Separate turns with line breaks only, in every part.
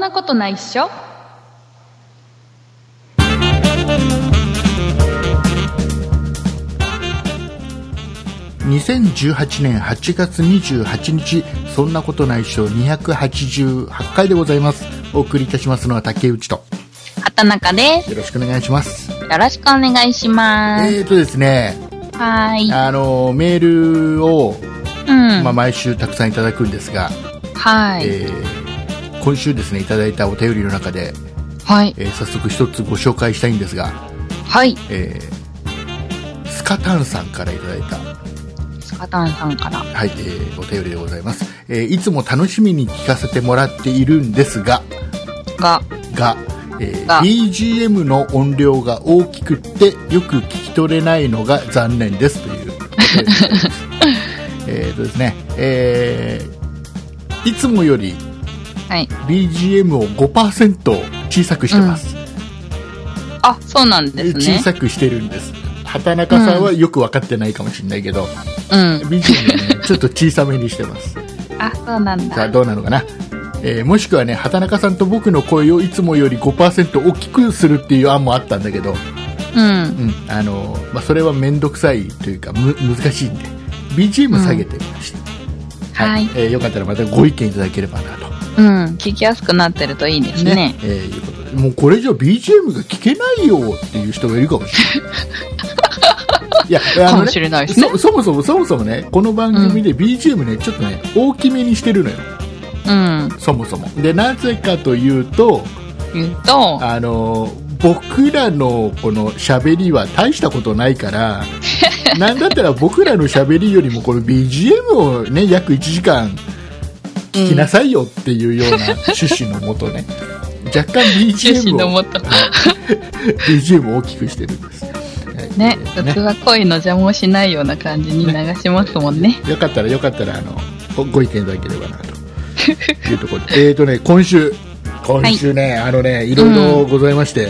なことないっしょ
2018年8月28日そんなことないっしょ288回でございますお送りいたしますのは竹内と
畑中です
よろしくお願いします
よろしくお願いします、
えーとですね
はーい
あのメールを、
うん、
まあ、毎週たくさんいただくんですが、
はい、
えー今週ですねいただいたお便りの中で、
はい
えー早速一つご紹介したいんですが、
はい
えースカタンさんからいただいた
スカタンさんから
はい、えーお便りでございます、えーいつも楽しみに聞かせてもらっているんですが、
が
が、えー
が
BGM の音量が大きくってよく聞き取れないのが残念ですというお 便りでございますえっとですね、えーいつもより
はい
BGM を5%小さくしてます、
あそうなんです
小
ね
さくしてるんです畑中さんはよく分かってないかもしれないけど、
うん
BGM ねちょっと小さめにしてます
あそうなん
さあ
だ
どうなのかな、えーもしくはね畑中さんと僕の声をいつもより5%大きくするっていう案もあったんだけど、
うん
うんあのまあ、それは面倒くさいというかむ難しいんで BGM 下げてみました、
はい、
えーよかったらまたご意見いただければな
う
と、
ん聞きやすくなってるといいですね
えーいうことでもうこれじゃ BGM が聞けないよっていう人がいるかもし れないいやあのね
かもしれないですね
そそもそもそもそもねこの番組で BGM ね、ちょっとね大きめにしてるのよ
うん
そもそもでなぜかというと
言うと
あの僕らのこの喋りは大したことないから なんだったら僕らの喋りよりもこの BGM をね約1時間聞きなさいよっていうよ うな趣旨のもとね若干
趣
BGM
旨の
を
もと
BGM を大きくしてるんですはい
ね
えー
普通は恋の邪魔をしないような感じに流しますもんね
よかったらよかったらあのごご意見いただければなというところでえー とね今週今週ね、あのねいろいろございまして、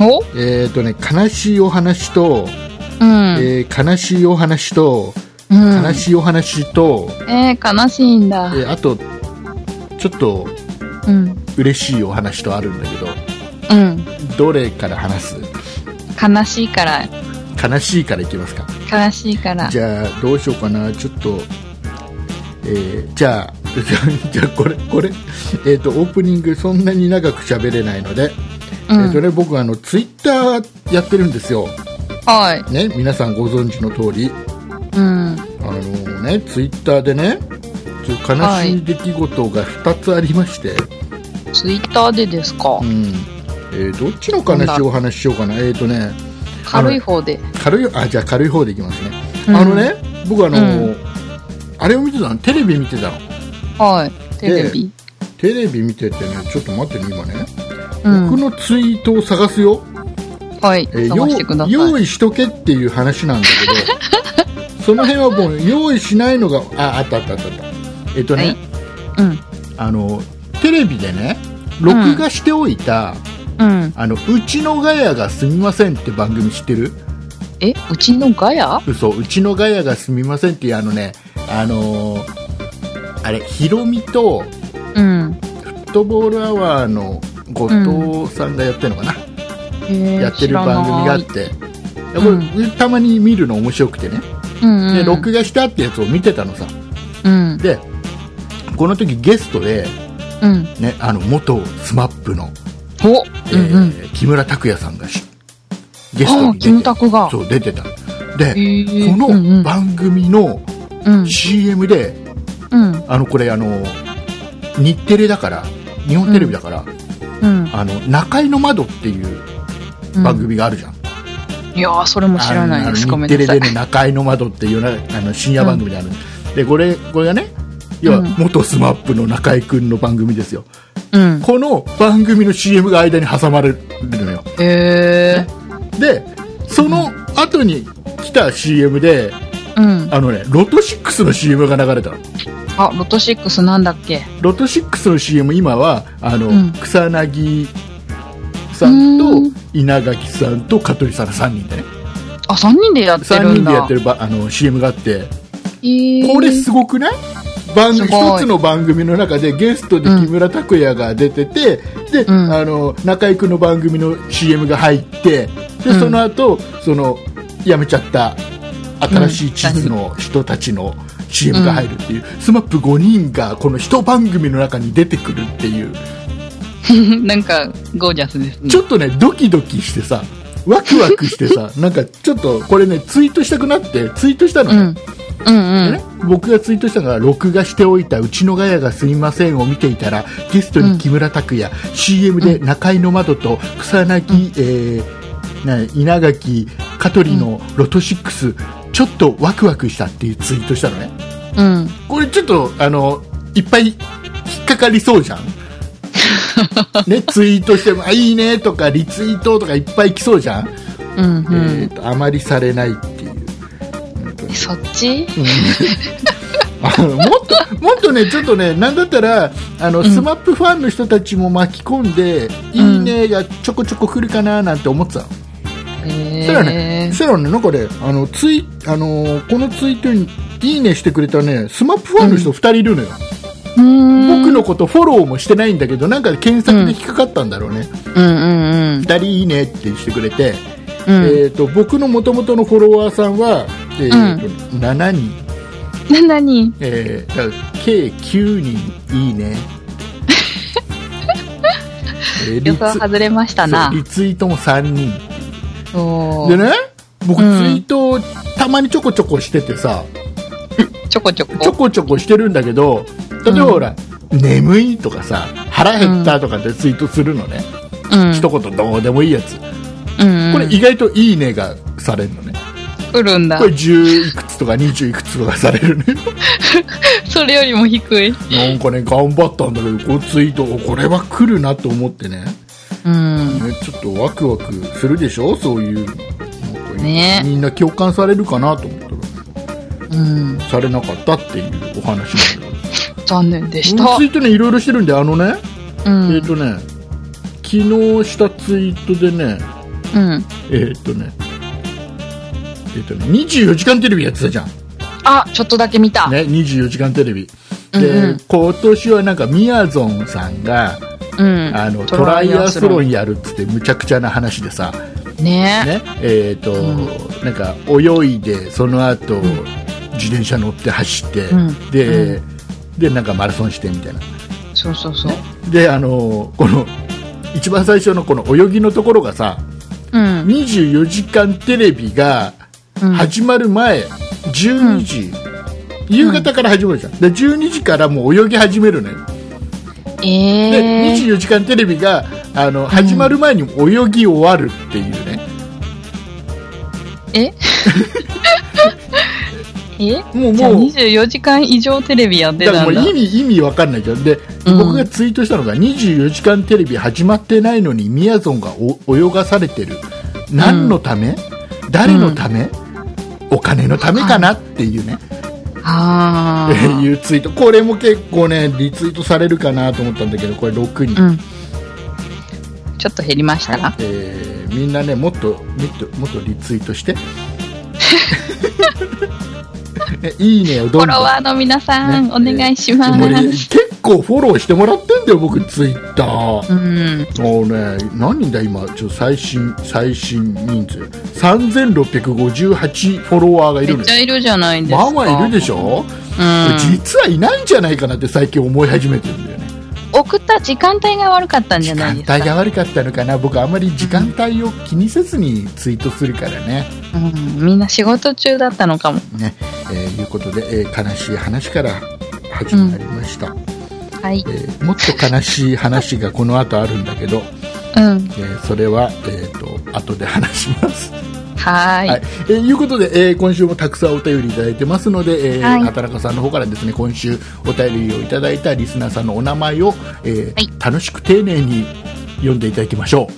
お
えーとね悲しいお話と
うん、
えー悲しいお話と、
うん
悲しいお話と、
えー、悲しいんだ、
えーあとちょっと
うん
嬉しいお話とあるんだけど
うん
どれから話す
悲しいから
悲しいからいきますか
悲しいから
じゃあどうしようかなちょっと、えーじゃあ じゃあこれこれ、えー、とオープニングそんなに長く喋れないので、
うん
えーとね、僕あのツイッターやってるんですよ、
はい
ね、皆さんご存知の通り
うん
あのね、ツイッターでね、ちょっと悲しい出来事が2つありまして、
ツイッターでですか、
うんえーどっちの話をお話ししようかな、えっ、とね、
軽い方で
軽い、あ、じゃあ軽い方でいきますね。
うん
あのね、僕あの、
うん
あれを見てたの、テレビ見てたの。
はいテレビ、
テレビ見ててね、ちょっと待ってね、今ね、
うん
僕のツイートを探すよ、
はい、
えー
探してください
用用意しとけっていう話なんだけ ど、その辺はもう用意しないのが、あ、あったあったあったあった。えっ、とね、
はいうん
あのテレビでね録画しておいた、
うん
あのうちのガヤがすみませんって番組知ってる
えうちのガヤ
嘘うちのガヤがすみませんっていうあのねあのーあれヒロミと
うん
フットボールアワーの後藤さんがやってるのかな、
えー
やってる番組があっ
知
ていやこれ、たまに見るの面白くてね、
らないうんう
で
ん
録画したってやつを見てたのさ
うん
でこの時ゲストで、
うん
ね、あの元 SMAP の
お、
え
うんうん
ー木村拓哉さんがしゲスト
あ
に
キム
出て
タクが
そう出てたで、
へー
こ
うんう
の
ん
番組の
うん
CM で、
うん
あのこれあの日テレだから日本テレビだから、
うん
あの中井の窓っていう
うん
番組があるじゃん、
いやーそれも知らないです
あ
ご
の
め
日
ん
テ
な
レ
さい
でね中井の窓っていうなあの深夜番組である、でこれこれがね要は
うん
元スマップの中井くんの番組ですよ、
うん
この番組の CM が間に挟まれるのよ
へえ
でその後に来た CM で
うん
あのねロト6の CM が流れたの
あロト6なんだっけ
ロト6の CM 今はあの、
うん
草薙さん
う
と
ん
稲垣さんと香取さんの3人でね
あ三3人でやって
3
るん
人
だ
でやってるばあの CM があって
えー
これすごくない番
す
一
ごい
つの番組の中でゲストで木村拓哉が出てて、で、
うん
あの中居君の番組の CM が入ってで
うん
その後その辞めちゃった新しい地図の人たちの CM が入るっていう、スマップ5人がこの一番組の中に出てくるっていう、
なんか、ゴージャスですね。
ちょっとねドキドキしてさワクワクし てさなんかちょっとこれねツイートしたくなってツイートしたの
う
ね、
ん。うんう
ね
ん。、
僕がツイートしたのが録画しておいたうちのガヤがすみませんを見ていたらゲストに木村拓哉、CM で中井の窓と草薙、えーな稲垣香取のロト6、ちょっとワクワクしたっていうツイートしたのね
うん。
これちょっとあのいっぱい引っかかりそう じゃんね、ツイートしてもあいいねとかリツイートとかいっぱい来そうじゃん、
うんう
えー
ん。
とあまりされないって いう
そっち
あのもっともっとね、ちょっとね、なんだったら、あの、
ん
スマップファンの人たちも巻き込んで、いいねがちょこちょこ来るかななんて思ってたの。そしたらね、
え
そしたらね、なんかね、あの、ツイ、あのーこのツイートに、いいねしてくれたね、スマップファンの人2人いるのよ。
僕
僕のことフォローもしてないんだけど、なんか検索で引っかかったんだろうね。
うんうんうん
2人いいねってしてくれて、
うん
えっと、僕の元々のフォロワーさんは、えーと7人。
な何
えー、だから計9人い いねえー
予想外れましたな
そうリツイートも3人
お
で
ー
ね僕ツイ
うん
ートをたまにちょこちょこしててさ、
ちょこちょこ
ちょこちょこしてるんだけど例えばほら、眠いとかさ腹減ったとかってツイートするのね、
うん
一言どうでもいいやつ、
うんうん
これ意外と「いいね」がされるのね
来るんだ
これ10いくつとか20いくつとかされるね
それよりも低い
なんかね頑張ったんだけどこうツイートこれは来るなと思ってね
うん
ね、ちょっとワクワクするでしょそういうなんか
ね
みんな共感されるかなと思ったら
うん
されなかったっていうお話なんで
残念でし
ツイ
た
ートねいろいろしてるんであのね、
うん
えっ、とね昨日したツイートでね
うん
えっ、とねえっ、とね24時間テレビやってたじゃん
あちょっとだけ見た
ね24時間テレビで、
うんうん
今年はなんかみやぞんさんが
うん
あのトライアスロンやるっつってむちゃくちゃな話でさ
ね
ねえーと
う
なんか泳いでその後、自転車乗って走って、
うん
で,、
う
でなんかマラソンしてみたいな
そうそうそう
であのーこの一番最初のこの泳ぎのところがさ
うん
24時間テレビが
うん
始まる前、12時、夕方から始まるじゃんで12時からもう泳ぎ始めるのよで
えー
24時間テレビがあの始まる前に泳ぎ終わるっていうね、
え え
もう
じゃあ
もう
24時間以上テレビやって
だか
た
らも
ん
う
だ
意味意味わかんないじゃんで、
うん
僕がツイートしたのが24時間テレビ始まってないのにみやぞんがお泳がされてる何のため、誰のため、お金のためかなっていうね、
あー
いうツイートこれも結構ねリツイートされるかなと思ったんだけどこれ6人、
うんちょっと減りましたか
えーみんなねもっともっともっとリツイー トしてえいいねを
フ
ど
ォ
んど
ロ
ん
ワーの皆さん、
ね
お願いしま
俺
す。
結構フォローしてもらってんだよ僕ツイッター
うん。
もうね、何人だ今ちょっと最新最新人数3658フォロワーがい
め
る
っ
の
ち
よ
ゃいるじゃないですか。
まあまあいるでしょ、
うん。
実はいないんじゃないかなって最近思い始めてるんだよね
送った時間帯が悪かったんじ
時
ゃな
間
いです
帯
か。
が悪かったのかな僕あんまり時間帯を気にせずにツイートするからね
うん。みんな仕事中だったのかも。
ね、えーいうことで、えー悲しい話から始まりまし
は
た、
い
え。ーもっと悲しい話がこの後あるんだけど、
うん
え。ーそれは、えー、と後で話します
は
はい
ーい。
えーいうことで、えー今週もたくさんお便りいただいてますので、えー
はい
畑中さんの方からですね今週お便りをいただいたリスナーさんのお名前を、えー
はい
楽しく丁寧に読んでいただきましょ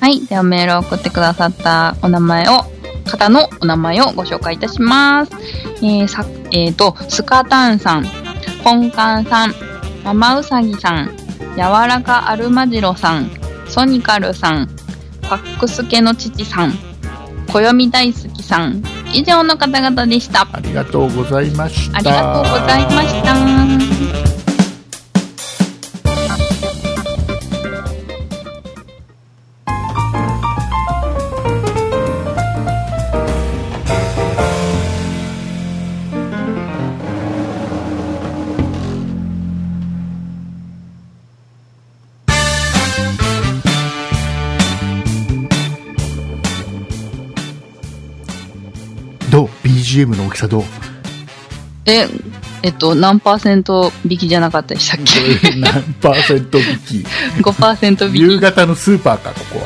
はい。ではメールを送ってくださったお名前を、方のお名前をご紹介いたします。えー、さ、えーと、スカタンさん、ポンカンさん、ママウサギさん、柔らかアルマジロさん、ソニカルさん、パックスケの父さん、暦大好きさん、以上の方々でした。
ありがとうございました
ありがとうございました。
どう BGM の大 きさどう
え、えっと、何パーセント引きじゃなかったでしたっけ
何パーセント引き
?5%
夕
引き。
方のスーパーかここ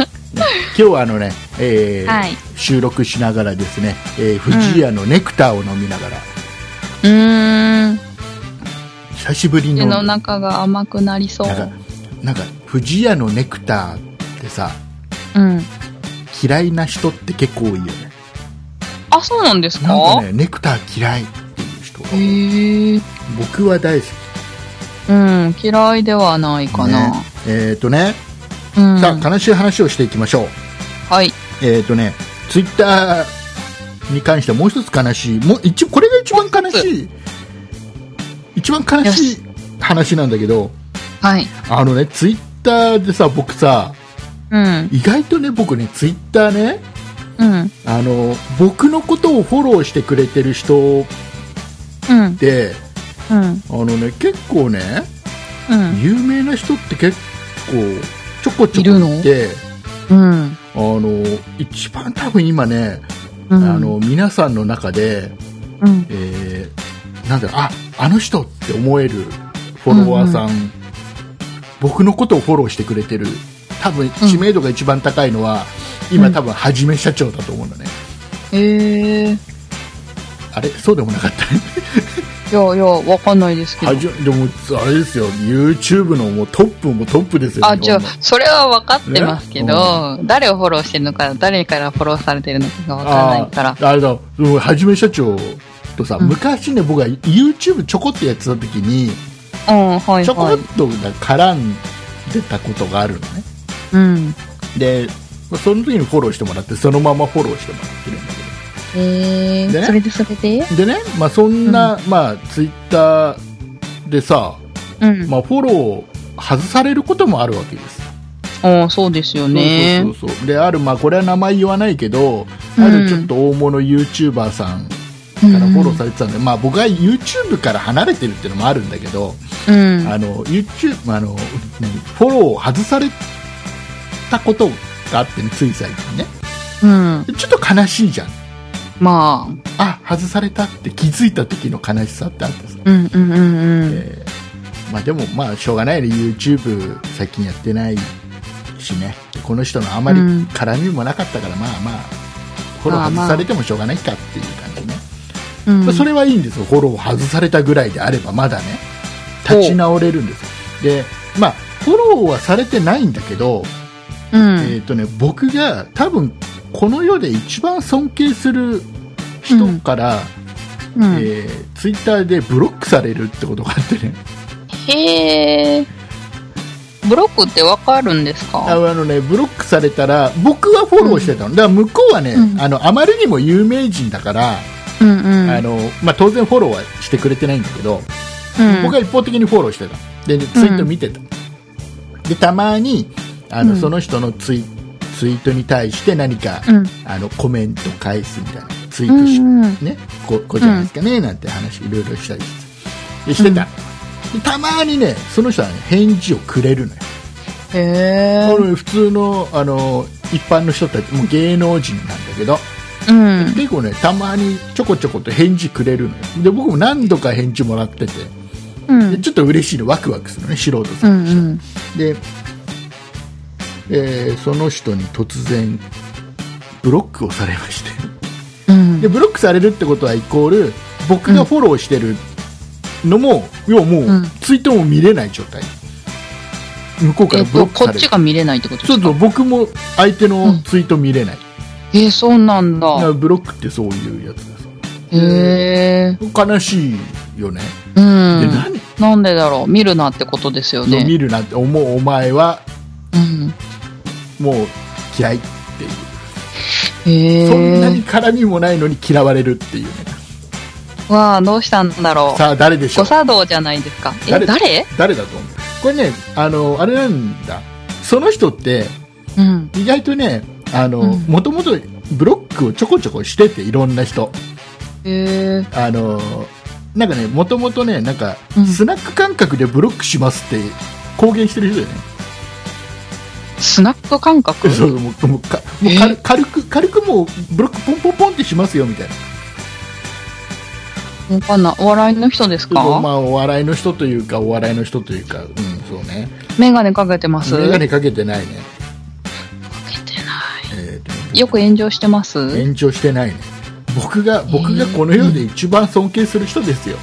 は 今日はあのね、えー
はい
収録しながらですね、えー、藤屋のネクターを飲みながら、
うーん。
久しぶりの
口の
なんか
中が甘くなりそう。
なんか藤屋のネクターってさ
うん。
嫌いな人って結構多いよね
あ、そうなんです
な
か
んかねネクター嫌いっていう人が
へえ
僕は大好き
うん、嫌いではないかな。
ねえっ、とね、
うん。
さあ悲しい話をしていきましょう
はい。
えっ、とねツイッターに関してはもう一つ悲しいもう一これが一番悲しい一番悲しい話なんだけど
はい。
あのねツイッターでさ僕さ
うん。
意外とね僕ねツイッターね
うん。
あの僕のことをフォローしてくれてる人っ
うん。
て
うん。
あのね結構ね
うん。
有名な人って結構ちょこちょこいて
うん。
あの一番多分今ね、
うん。
あの皆さんの中で、
うん。
えーなんだろうああの人って思えるフォロワーさん、僕のことをフォローしてくれてる多分知名度が一番高いのは、今多分はじめ社長だと思うのね、
ええ
あれそうでもなかったね
いやいや、わかんないですけ
は
ど。
じでもあれですよ YouTube のもうトップもトップですよ
あ、じゃあ
日本の、
それは分かってますけど、誰をフォローしてるのか、誰からフォローされてるのかが分からないから。
ああれだうんはじめ社長とさ、
うん
昔ね僕は YouTube ちょこっとやってた時に
うん、はい
ちょこ
は
っ
い。
と絡んでたことがあるのね
うん。
でその時にフォローしてもらってそのままフォローしてもらってるんだ
え
で
ー、
ね
それでそれで
けどでね、まあ、そんな、まあ、ツイッターでさ、
うん。
まあ、フォロー外されることもあるわけです
ああ、そうですよね
そう。そうそうそうである、まあ、これは名前言わないけど、あ
うん
るちょっと大物 YouTuber さんからフォローされてたんで、まあ、僕は YouTube から離れてるっていうのもあるんだけど、
うん。
あの YouTube あの何フォローを外されたことがあってね、つい最近ね
うん。
でちょっと悲しいじゃん
まあ、
あ外されたって気づいた時の悲しさってあってさ、
うんうんうんうん。
えーまあ、でもまあしょうがないね YouTube 最近やってないしねこの人のあまり
うん
絡みもなかったから、まあまあフォロ
まあ
ー
まあ
外されてもしょうがないかっていう感じね、
うん
まあそれはいいんですよフォロー外されたぐらいであればまだね立ち直れるんですよでまあフォローはされてないんだけど、
うん
えっ、とね僕が多分この世で一番尊敬する人から、
うん
えーツイッターでブロックされるってことがあってね、
へえ。ブロックってわかるんです
あ
か
あのねブロックされたら僕はフォローしてたの、だから向こうはね、
うん
あのあまりにも有名人だから、
うんうん。
あのまあ、当然フォローはしてくれてないんだけど、
うん
僕は一方的にフォローしてたでツイート見てた、でたまにあ
う
の、
ん
その人のツイツイートに対して何か、
うん
あのコメント返すみたいなツイー
う
トし、
んうん。
ね、ここうじゃないですかね、なんて話いろいろしたりしてでしてた、でたまにねその人は、ね、返事をくれるのよ、
へえ。
あの普通のあの一般の人たちもう芸能人なんだけど
うん。
結構ねたまにちょこちょこと返事くれるのよで僕も何度か返事もらってて
う
で
ん。
ちょっと嬉しいのワクワクするのね素人
う
さん
ん
と
う
して、
ん。
で、えーその人に突然ブロックをされまして
うん
でブロックされるってことはイコール僕がフォローしてるのも、要はもう、
うん
ツイートも見れない状態向こうか
え
ら
っ
ブロ
と、
ックさ
こ
れ
っ
る、
ちが見れないってことで
そう
す
そ
か
う僕も相手のツイート見れない、
え、そうなん
だから
だ。
ブロックってそういうやつです
へえ。
悲しいよね、
う
で
ん。
何
なんでだろう見るなってことですよ
の
ね。
見るなんて思うお前は
うん。
もう嫌いっていう
へえ。
そんなに絡みもないのに嫌われるっていうね
わあ、どうしたんだろう。
さあ誰でし
誤
ょう
作動じゃないですか。え、
誰
誰
誰だと思うこれねあのあれなんだその人って
うん。
意外とねあの、
うん
もともとブロックをちょこちょこしてていろんな人
へえ。
あのなんかねもともとねなんか、
うん
スナック感覚でブロックしますって公言してる人だよね、
スナック感覚
そうそうもうもうかもう軽軽く軽くもうブロックポンポンポンってしますよみたいな
わかんない。お笑いの人です
そうま
か
あお笑いの人というかお笑いの人というかうんそうね
メガネかけてます
眼鏡かけてないね,、
かけてな
えーと
い。よく炎上してます
延長してないね僕が僕がこの世で一番尊敬する人ですよ、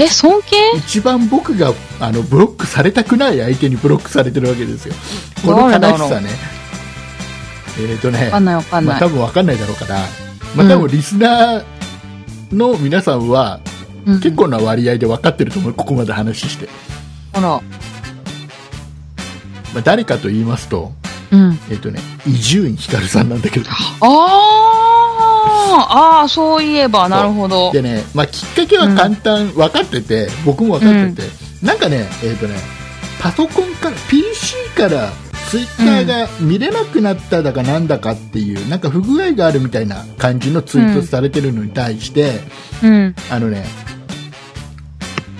え、尊敬
一番僕があのブロックされたくない相手にブロックされてるわけですよ、この悲しさね、えーとね
わかんないわかんな
まあ、
い
多。分わかんないだろうから、まあ、多
う
分リスナーの皆さんは
うん
結。構な割合で分かってると思う、ここまで話して、
ほら。
まあ、誰かと言いますと、
うん。
えーとね、伊集院光さんなんだけど、
あーあー、そういえば、なるほど。
でね、まあ、きっかけは簡単、分かってて、僕も分かってて、なんかね、えっ、とね、パソコンから、PC から、ツイッターが見れなくなっただかなんだかっていう、なんか不具合があるみたいな感じのツイートされてるのに対して、
うん。うん。
あのね、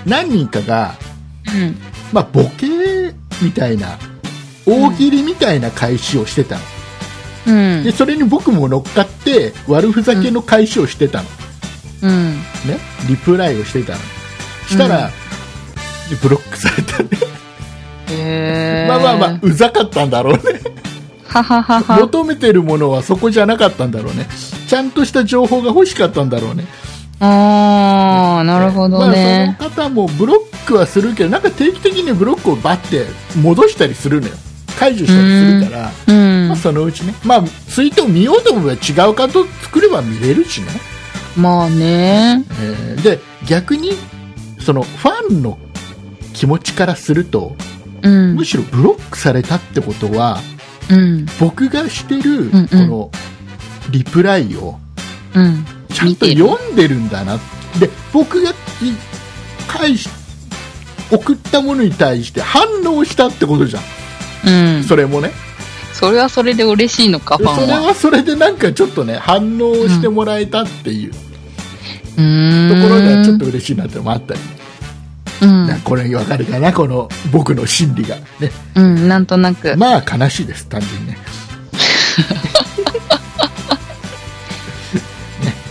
何人かが、まあ、ボケみたいな、大喜利みたいな返しをしてたの。
うん
で、。それに僕も乗っかって、悪ふざけの返しをしてたの。
うん。
ね、リプライをしてたのしたら、ブロックされたね、
へえ。
まあまあまあ。うざかったんだろうね
はははは。
求めてるものはそこじゃなかったんだろうねちゃんとした情報が欲しかったんだろうね
ああ、なるほどね。
まあ、その方もブロックはするけどなんか定期的にブロックをバッて戻したりするのよ解除したりするから、
うん
まあ、。そのうちね、まあ、ツイートを見ようと思えば違うカウント作れば見れるしね、
まあね。
えーで逆にそのファンの気持ちからすると
うん
む。しろブロックされたってことは
うん。
僕がしてる
んうん
このリプライを
うん。
ちゃんと
見てる
読んでるんだなで僕がい返し送ったものに対して反応したってことじゃん
うん。
それもね
それはそれで嬉しいのか、
そ
ファン
れ
は。
はそれでなんかちょっとね反応してもらえたっていうと
うーん。
ころではちょっと嬉しいなってのもあったり、
うん。
これわかるかなこの僕の心理がね
うん、なんとなく。
まあ悲しいです単純にねね、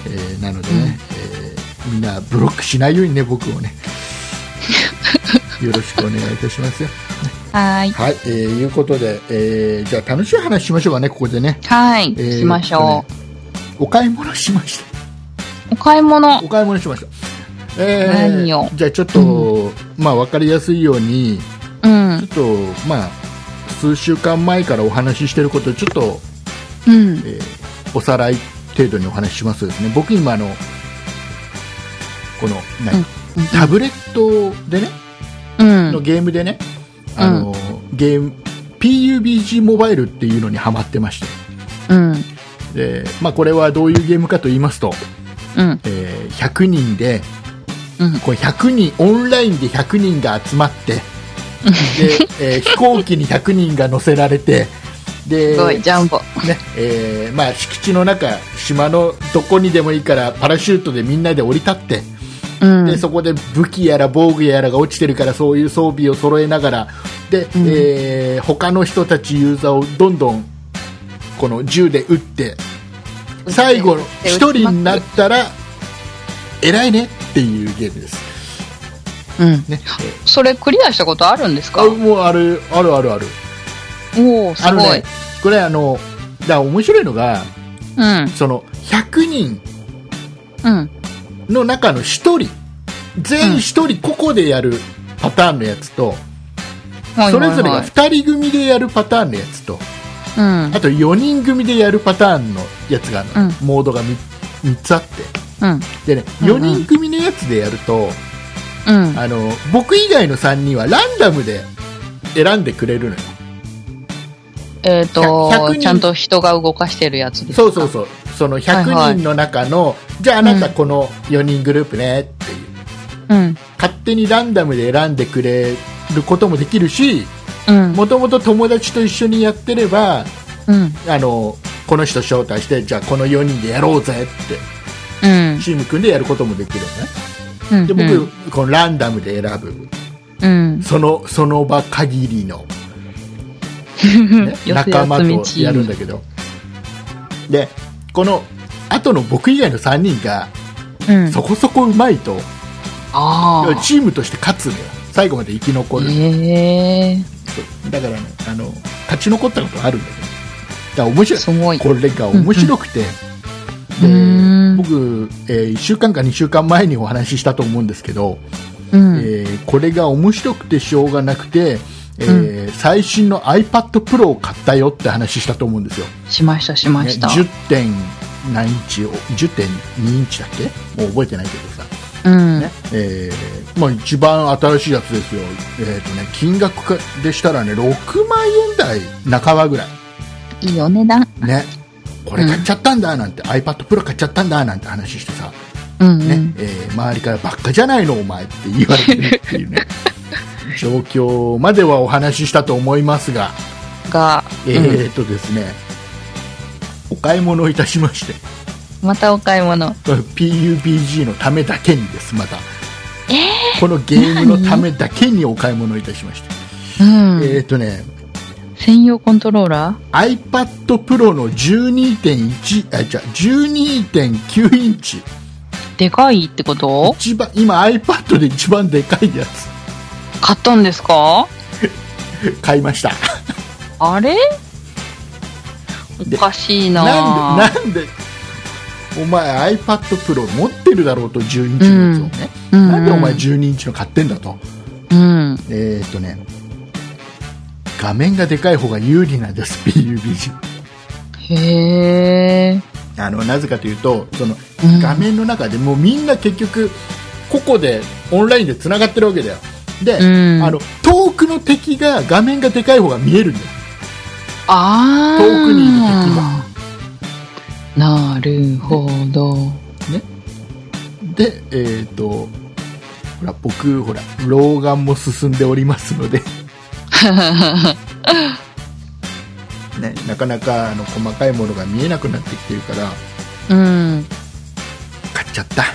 えーなのでね、えーみんなブロックしないようにね僕 をねよろしくお願いいたしますよ
はーい。
はい、えーいうことで、えーじゃあ楽しい話しましょうかねここでね、
はい、
えー
しましょう。
お買い物しました
お買い物
お。買い物しましたえー
何を
じゃあちょっと、まあ分かりやすいように
う
ちょっ
ん。
とまあ数週間前からお話ししてることをちょっと
うん。
えーおさらい程度にお話ししますとですね僕今あのこの何、
うんうん
タブレットでね、
うん
の。ゲームでねあの、ゲーム PUBG モバイルっていうのにハマってまして
うん。
で、まあ、これはどういうゲームかと言いますと、
うん。
えー100人で
うん。
これ100人オンラインで100人が集 まってで、えー飛行機に100人が乗せられてです
ごい、ジャンボ。
ねえーまあ、敷地の中島のどこにでもいいからパラシュートでみんなで降り立って、
うん。
でそこで武器やら防具やらが落ちてるからそういう装備を揃えながらで、
うん
えー他の人たちユーザーをどんどんこの銃で撃って最後1人になったら偉いねっていうゲームです、
うん。
ね
それクリアしたことあるんです
あ
かお
もうあるあるあるある
おーす
あの
ご
ね
い。
これあのだから面白いのが
うん。
その100人
うん。
の中の1人全員1人個々でやるパターンのやつと、
はいはいはい
それぞれが2人組でやるパターンのやつと
うん
あ。と4人組でやるパターンのやつがあるの、
うん
モードが 3, つあっ
うん。
てでね
うんう
4
ん
人組のやつでやると、
うん。
あの僕以外の3人はランダムで選んでくれるのよ
ええっ、
100
と、
人
ちゃんと人が動かしてるやつですか
そうそうそうその100人の中の、じゃああなたこの4人グループねっていう、
うん。
勝手にランダムで選んでくれることもできるし
うん。
もともと友達と一緒にやってれば
うん。
あのこの人招待してじゃあこの4人でやろうぜって
うん。
チーム組んでやることもできるのね
うん。
で僕、このランダムで選ぶ
うん。
そのその場限りの、
寄せ集
ね
め
仲間と
チーム
やるんだけどでこの後の僕以外の3人が
うん。
そこそこうまいと、
ああ。
チームとして勝つのよ最後まで生き残る、
ええ
だからねあの勝ち残ったことあるんだけどだから面白い
すごい。
これが面白くて、
うんうん
で僕、え1週間か2週間前にお話ししたと思うんですけど、
うん。
えーこれが面白くてしょうがなくて、えー最新の iPad Pro を買ったよって話したと思うんですよ、
しました、しま
ね、
した。
10. 点何インチを10.2インチだっけもう覚えてないけどさ、
うん。
ねえーまあ、一番新しいやつですよ、えーとね、金額でしたらね6万円台半ばぐらい
いいお値段。
ね、これ買っちゃったんだなんて、iPad Pro 買っちゃったんだなんて話してさ、
うん、うん
ねえー周りからばっかじゃないのお前って言われてるって いうね状況まではお話ししたと思いますが、
が、
え
うん
ーっとですね、お買い物をいたしまして
またお買い物。
PUBG のためだけにですまた、このゲームのためだけにお買い物をいたしまして、
うん。
えーっとね
専用コントローラ
iPad Pro の12.1あじゃ12.9インチ
ーでかいってこと
一番今 iPad で一番でかいやつ
買ったんですか
買いました
あれ
で
おかしいな
なんでなんでお前 iPad Pro 持ってるだろうと12インチのやつをね、
うんうん
なんでお前12インチの買ってんだと
うん。
えーっとね画面がでかい方が有利なんです PUBG
へえ。
あのなぜかというとその
うん
画面の中でもうみんな結局個々でオンラインでつながってるわけだよで、
うん
あの遠くの敵が画面がでかい方が見えるんだよ
ああ。
遠くにいる敵が
なるほど。
でえっ、とほら僕ほら老眼も進んでおります のでね、なかなかあの細かいものが見えなくなってきてるから
うん。
買っちゃった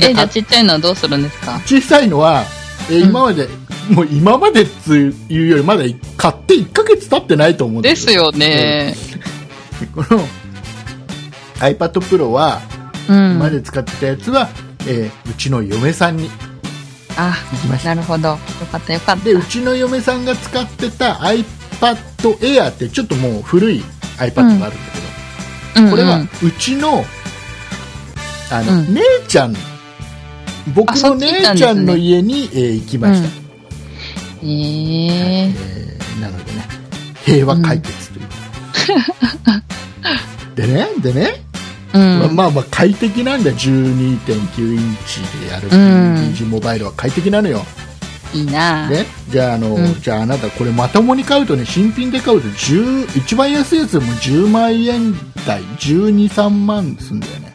え、じゃあちっちゃいのはどうするんですか
小さいのは、えー
うん
今まで、もう今までっていうよりまだ買って1ヶ月経ってないと思うん
ですよね。
うんこの iPad Pro は
う
今まで
ん。
使ってたやつは、えーうちの嫁さんに
あ、
行きました
なるほど。よかったよかった
で。うちの嫁さんが使ってた iPad Air ってちょっともう古い iPad があるんだけ
う
ど、
んうん
これはうちのあの、
うん
姉ちゃん僕
あそ
の
っち行
姉
ったんですね
ちゃんの家に、えー行きました、
ええ。
えーなのでね平和解決という、でねでね、
うん。
まあまあまあ快適なんだよ12.9インチでやる
うん
PG モバイルは快適なのよ、
いいな
ね、じゃああの、
うん
じゃああなたこれまともに買うとね新品で買うと10一番安いやつでも10万円台123万すんだよね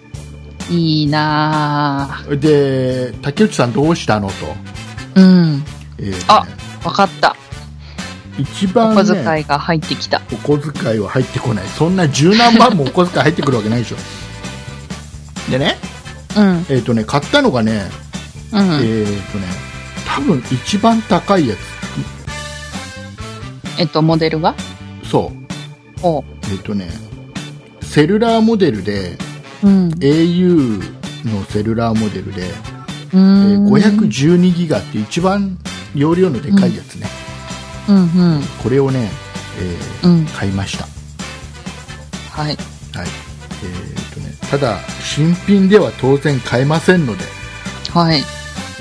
いいな
で竹内さんどうしたのと、
うん。
えーとね
あわかった。
一
お
番、ね、
小遣いが入ってきた。
お小遣いは入ってこないそんな十何万もお小遣い入ってくるわけないでしょでね,、
うん。
えーとね買ったのがね、
うん。
えっ、とね多分一番高いや
えっと、モデルが
つそう
おう。
えっ、とねセルラーモデルで
うん。
au のセルラーモデルで、
う
え
ん。
ー512ギガって一番容量のでかいやつね、
うんうん。
これをね、えー
うん
買いました
はい。
はいえーとね、ただ新品では当然買えませんので
はい。
え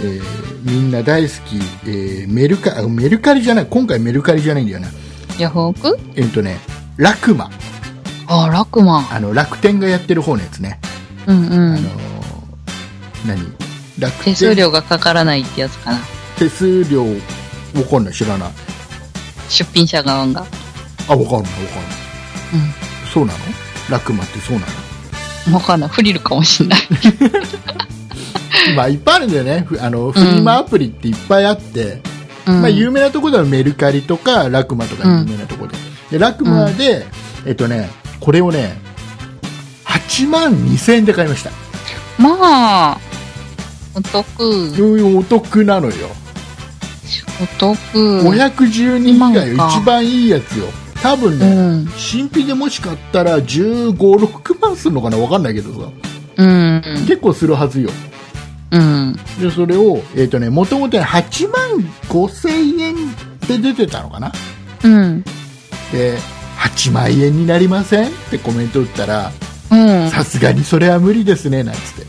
ーみんな大好き、えーメルカあメルカリじゃない今回メルカリじゃないんだよな
ヤフオク
えっとねラクマ
あ、ラクマン。
あの楽天がやってる方のやつね、
うんう
あの
ん。
ー何楽
手
天
数料がかからないってやつかな。
手数料わかんない知らない
出品者側が。
あ、わかんない、わかんない。そうなのラクマってそうなの
うん。わかんない。フリルかもしんない。
今いっぱいあるんだよね。ふあの、フリマアプリっていっぱいあって、
うん、
まあ有名なところではメルカリとかラクマとか有名なところで。で、ラクマで、えっとね、これをね、8万2000円で買いました。
まあ、お得、
お得なのよ。
お得。
512以外
万か
一番いいやつよ。多分
う
ね、
ん。
新品でもし買ったら15、6万するのかなわかんないけどさ。
うん。
結構するはずよ。
うん。
でそれを、えっとね、もともと8万5千円って出てたのかな
うん。
で8万円になりませんってコメント打ったら
うん。
さすがにそれは無理ですねなんつって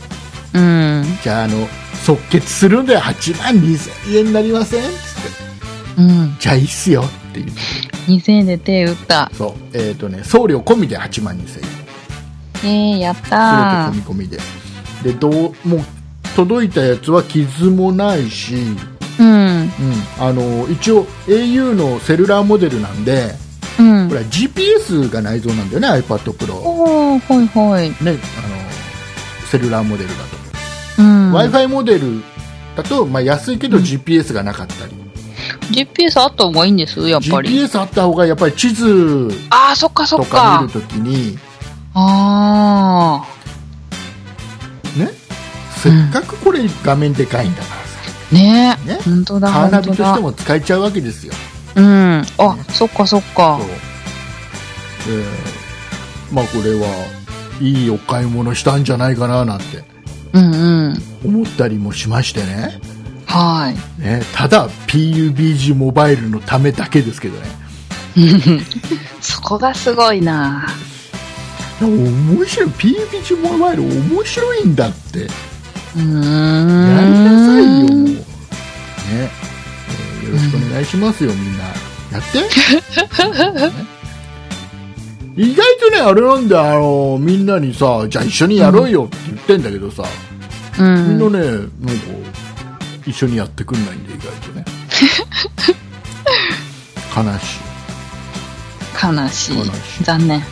うん。
じゃああの即決するんで8万2000円になりませんっつって
うん。
じゃあいいっすよって言って
2000円で手打った。
そうえっ、とね送料込みで8万2000円
えー、やった
全
ー。
て込み込みででどうもう届いたやつは傷もないし、うん、
うん。
あの一応 au のセルラーモデルなんで
うん
こ。れは GPS が内蔵なんだよね iPad Pro
おー、ほいほい。
ねあのセルラーモデルだ
う
と
ん。
w i f i モデルだと、まあ、安いけど GPS がなかったり、
GPS あった方がいいんですやっぱり。
GPS あった方がやっぱり地図
ああ、そっかそ
と
っ
か
か
見。るときに、
あ
ね、せっかくこれ画面でかいんだからさ、
あ。ねえ。
ね
本当だ、
カーナ
本
ビ
当
とし
だ
て。も使えちゃうわけですよ。
うん。あ、そっかそっか
そう。えーまあ、これはいいお買い物したんじゃないかななんて
うんうん。
思ったりもしましてね
はい。
ねただ PUBG モバイルのためだけですけどね
そこがすごいな。
でも面白い PUBG モバイル面白いんだって
うー
やりなさいよ、もう。ね、
ん。
えーよろしくお願いしますよ、みんな。やって。ね意外とね、あれなんだよ、あの、みんなにさ、じゃあ一緒にやろうよって言ってんだけどさ、
う。
みんなんね、なんか、一緒にやってくんないんで、意外と ね。悲しい。
悲し
悲しい
い。残念。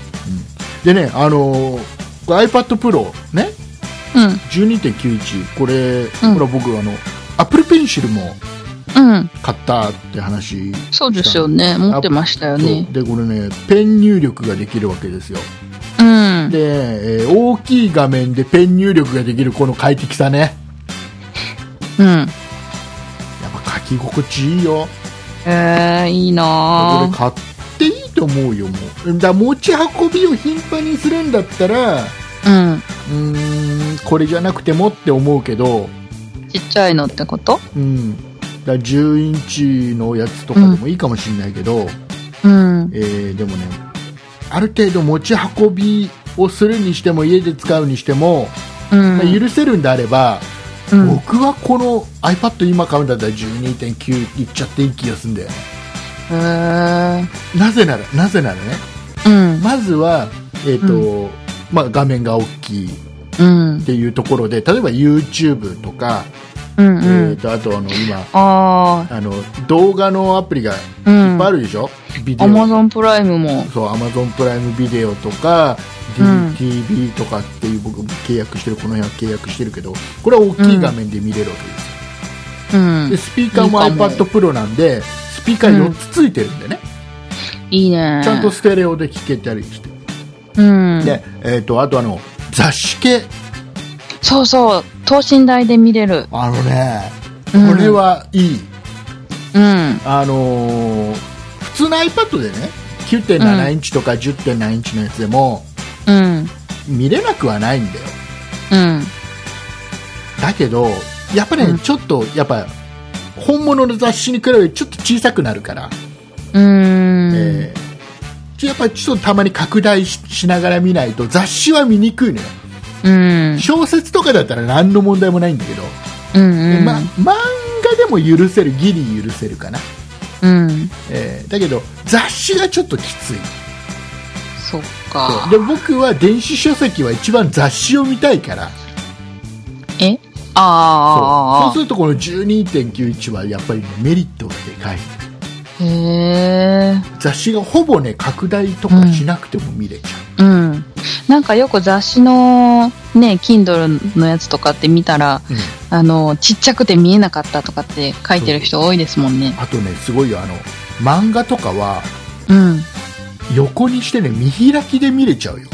でね、あの、これ iPad Pro ね、
うん。
12.91、これ、
うん
ほら僕、あの、Apple Pencil も
うん。
買ったって話
そうですよね。持ってましたよね
そ。うでこれねペン入力ができるわけですよ
うん。
で、えー大きい画面でペン入力ができるこの快適さね
うん。
やっぱ書き心地いいよ
えー、いいな
これ買っていいと思うよもうだから持ち運びを頻繁にするんだったらう
ー
ーんこれじゃなくてもって思うけ
う
ど
ん。ちっちゃいのってこと
うんだから10インチのやつとかでもいいかもしれないけど、
うん。
えーでもねある程度持ち運びをするにしても家で使うにしても、
うん
まあ。許せるんであれば、
うん。
僕はこの iPad 今買うんだったら12.9いっちゃっていい気がするんだよね
へー
なぜならなぜならね
うん。
まずは、えーとまあ、画面が大きいっ
うん。
ていうところで例えば YouTube とか、
うんう
えー、
ん。
とあとあの今
あ
あの動画のアプリがいっ
あ、うん。
ぱいあるでしょ、ビデ
ア
オ
マゾンプライムも。
そう Amazon プライムビデオとか
うん
DTV とかっていう僕契約してるこの辺は契約してるけどこれは大きい画面で見れるわけですよ
うん
で。スピーカーも
いいかも
iPad Pro なんでスピーカー4つついてるんでね、
いいね。
ちゃんとステレオで聴けたりして、
うん。
でえー、とあとあの雑誌系
そうそう。等身大で見れる。
あのねこ
うん
れはいい、
うん。
あのー普通の iPad でね9.7インチとか10.7インチのやつでも
うん。
見れなくはないんだよ
うん。
だけどやっぱりね、
うん
ちょっとやっぱ本物の雑誌に比べてちょっと小さくなるから、
うーん。
えーちょやっぱりちょっとたまに拡大ししながら見ないと雑誌は見にくいのよ
うん。
小説とかだったら何の問題もないんだけど、
うん。
ま、漫画でも許せるギリ許せるかな、
うん。
えーだけど雑誌がちょっときつい
そっか。
で僕は電子書籍は一番雑誌を見たいから
え
そうそう
ああ。
するとこの12.91はやっぱりね、メリットがでかい
へえ。
雑誌がほぼね拡大とかしなくても見れちゃ
うん。なんかよく雑誌のね、Kindle のやつとかって見たら、
う、うん
あの、ちっちゃくて見えなかったとかって書いてる人多いですもんね。
あとねすごいよあの漫画とかは
うん。
横にしてね見開きで見れちゃうよ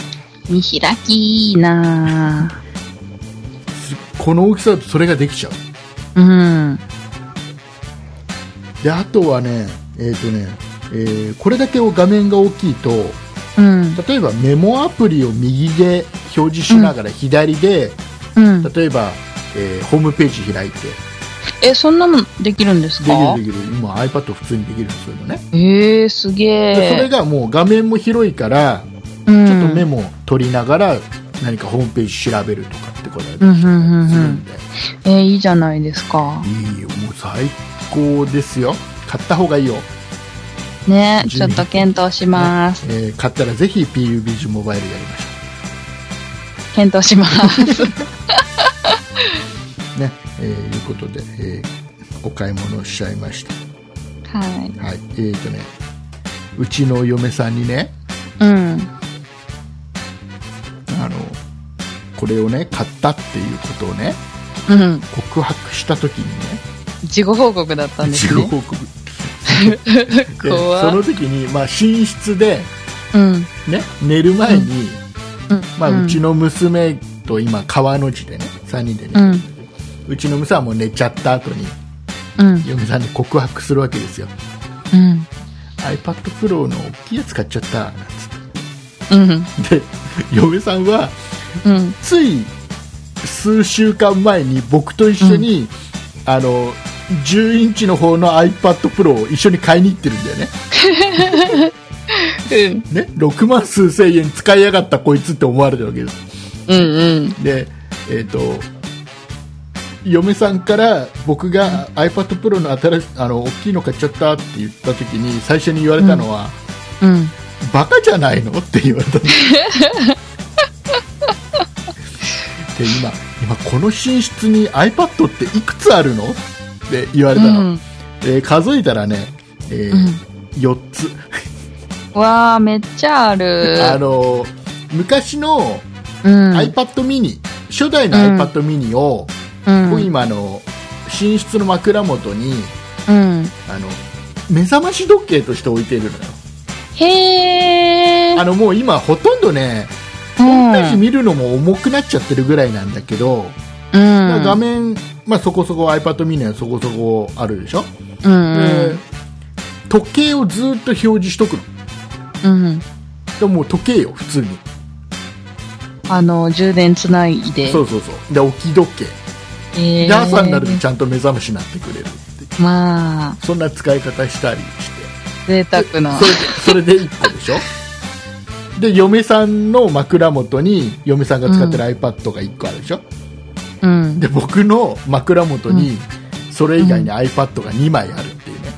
見開きいいなぁ
すこの大きさだとそれができちゃう
うん。
であとはねえっ、とね、えーこれだけを画面が大きいと
うん。
例えばメモアプリを右で表示しながら左で、
うん。
例えば、えーホームページ開いて
え、そんなのできるんです
で
か
きるできる今 iPad 普通にできるんですよね、
えー、すげ
でそれ
え。
がもう画面も広いから
うん
ちょっとメモを取りながら何かホームページ調べるとかってことができ
う
た
んう
りする
んうんうん
んで、
えー、いいじゃないですか。
いいよもう最高ですよ買った方がいいよ、
ね、
準
ちょ
備
っと検討します。
えー買ったらぜひ PUBG モバイルやりましょ
検討します。
うねえーいうことで、えーお買い物をしちゃいました
はい。
はいえー、とねうちの嫁さんにね
うん。
あのこれをね買ったっていうことをね
うん。
告白した時にね
事後報告だったんで
事
す
後
ね。
報告で
怖
その時に、まあ、寝室で、
うん。
ね、寝る前に、
うん
まあ、うちの娘と今川の字でね3人で
う
ね、
ん。
うちの娘はもう寝ちゃった後に
うん。
嫁さんに告白するわけですよ
うん
iPadPro の大きいやつ買っちゃったなん
うん。
つってで嫁さんは
うん。
つい数週間前に僕と一緒に、あの10インチの方の iPadPro を一緒に買いに行ってるんだよね
うん。
ね6万数千円使いやがったこいつって思われてるわけです
うん。
でえっ、と嫁さんから僕が iPadPro の新しあの大きいの買っちゃったって言った時に最初に言われたのは、
うん。
バカじゃないのって言われ たんですで今今この寝室に iPad っていくつあるのって言われたの、
うん
で数えたらね、えー
うん
4つ、
わあ、めっちゃある。
あの昔の
うん。
iPad mini、初代の
うん
iPad mini を、
うん。
僕今あの寝室の枕元に
うん。
あの目覚まし時計として置いているのよ
へえ。
あのもう今ほとんどね
う
ホー
ん
ムページ見るのも重くなっちゃってるぐらいなんだけど、
う
まあ
ん。
画面、まあ、そこそこ iPad mini はそこそこあるでしょ、
うん。
で時計をずっと表示しとくの
うん。うん。
でももう時計よ普通に
あの、充電つないで。
そうそうそうで置き時計
え
で朝になるとちゃんと目覚ましになってくれる
まあ、
そんな使い方したりして
贅沢な
そ。れでそれで1個でしょで嫁さんの枕元に嫁さんが使ってる iPad が1個あるでしょ、
うん。
で僕の枕元にそれ以外に iPad が2枚あるっていうね、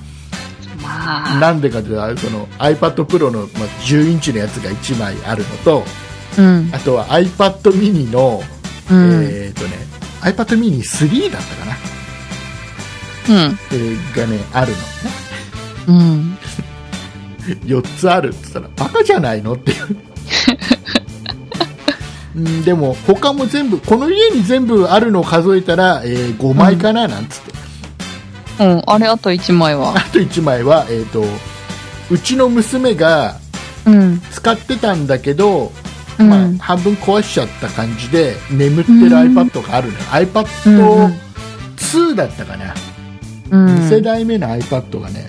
まあ。
なんでかというとその iPadPro の、まあ、10インチのやつが1枚あるのと
うん。
あとは iPad mini の、
うん。
えっ、とね iPad mini3 だったかな、
うん。
えーがねあるのね
うん。
4つあるって言ったらバカじゃないのっていう うんでも他も全部この家に全部あるのを数えたら、え5枚かななんつって、
うん。あれ、あと一枚は
あ。と1枚は、えー、とうちの娘が
うん。
使ってたんだけど、
うん
まあ、半分壊しちゃった感じで眠ってる iPad があるのよ、
うんうん
iPad2 だったかな、
うん。
2世代目の iPad がね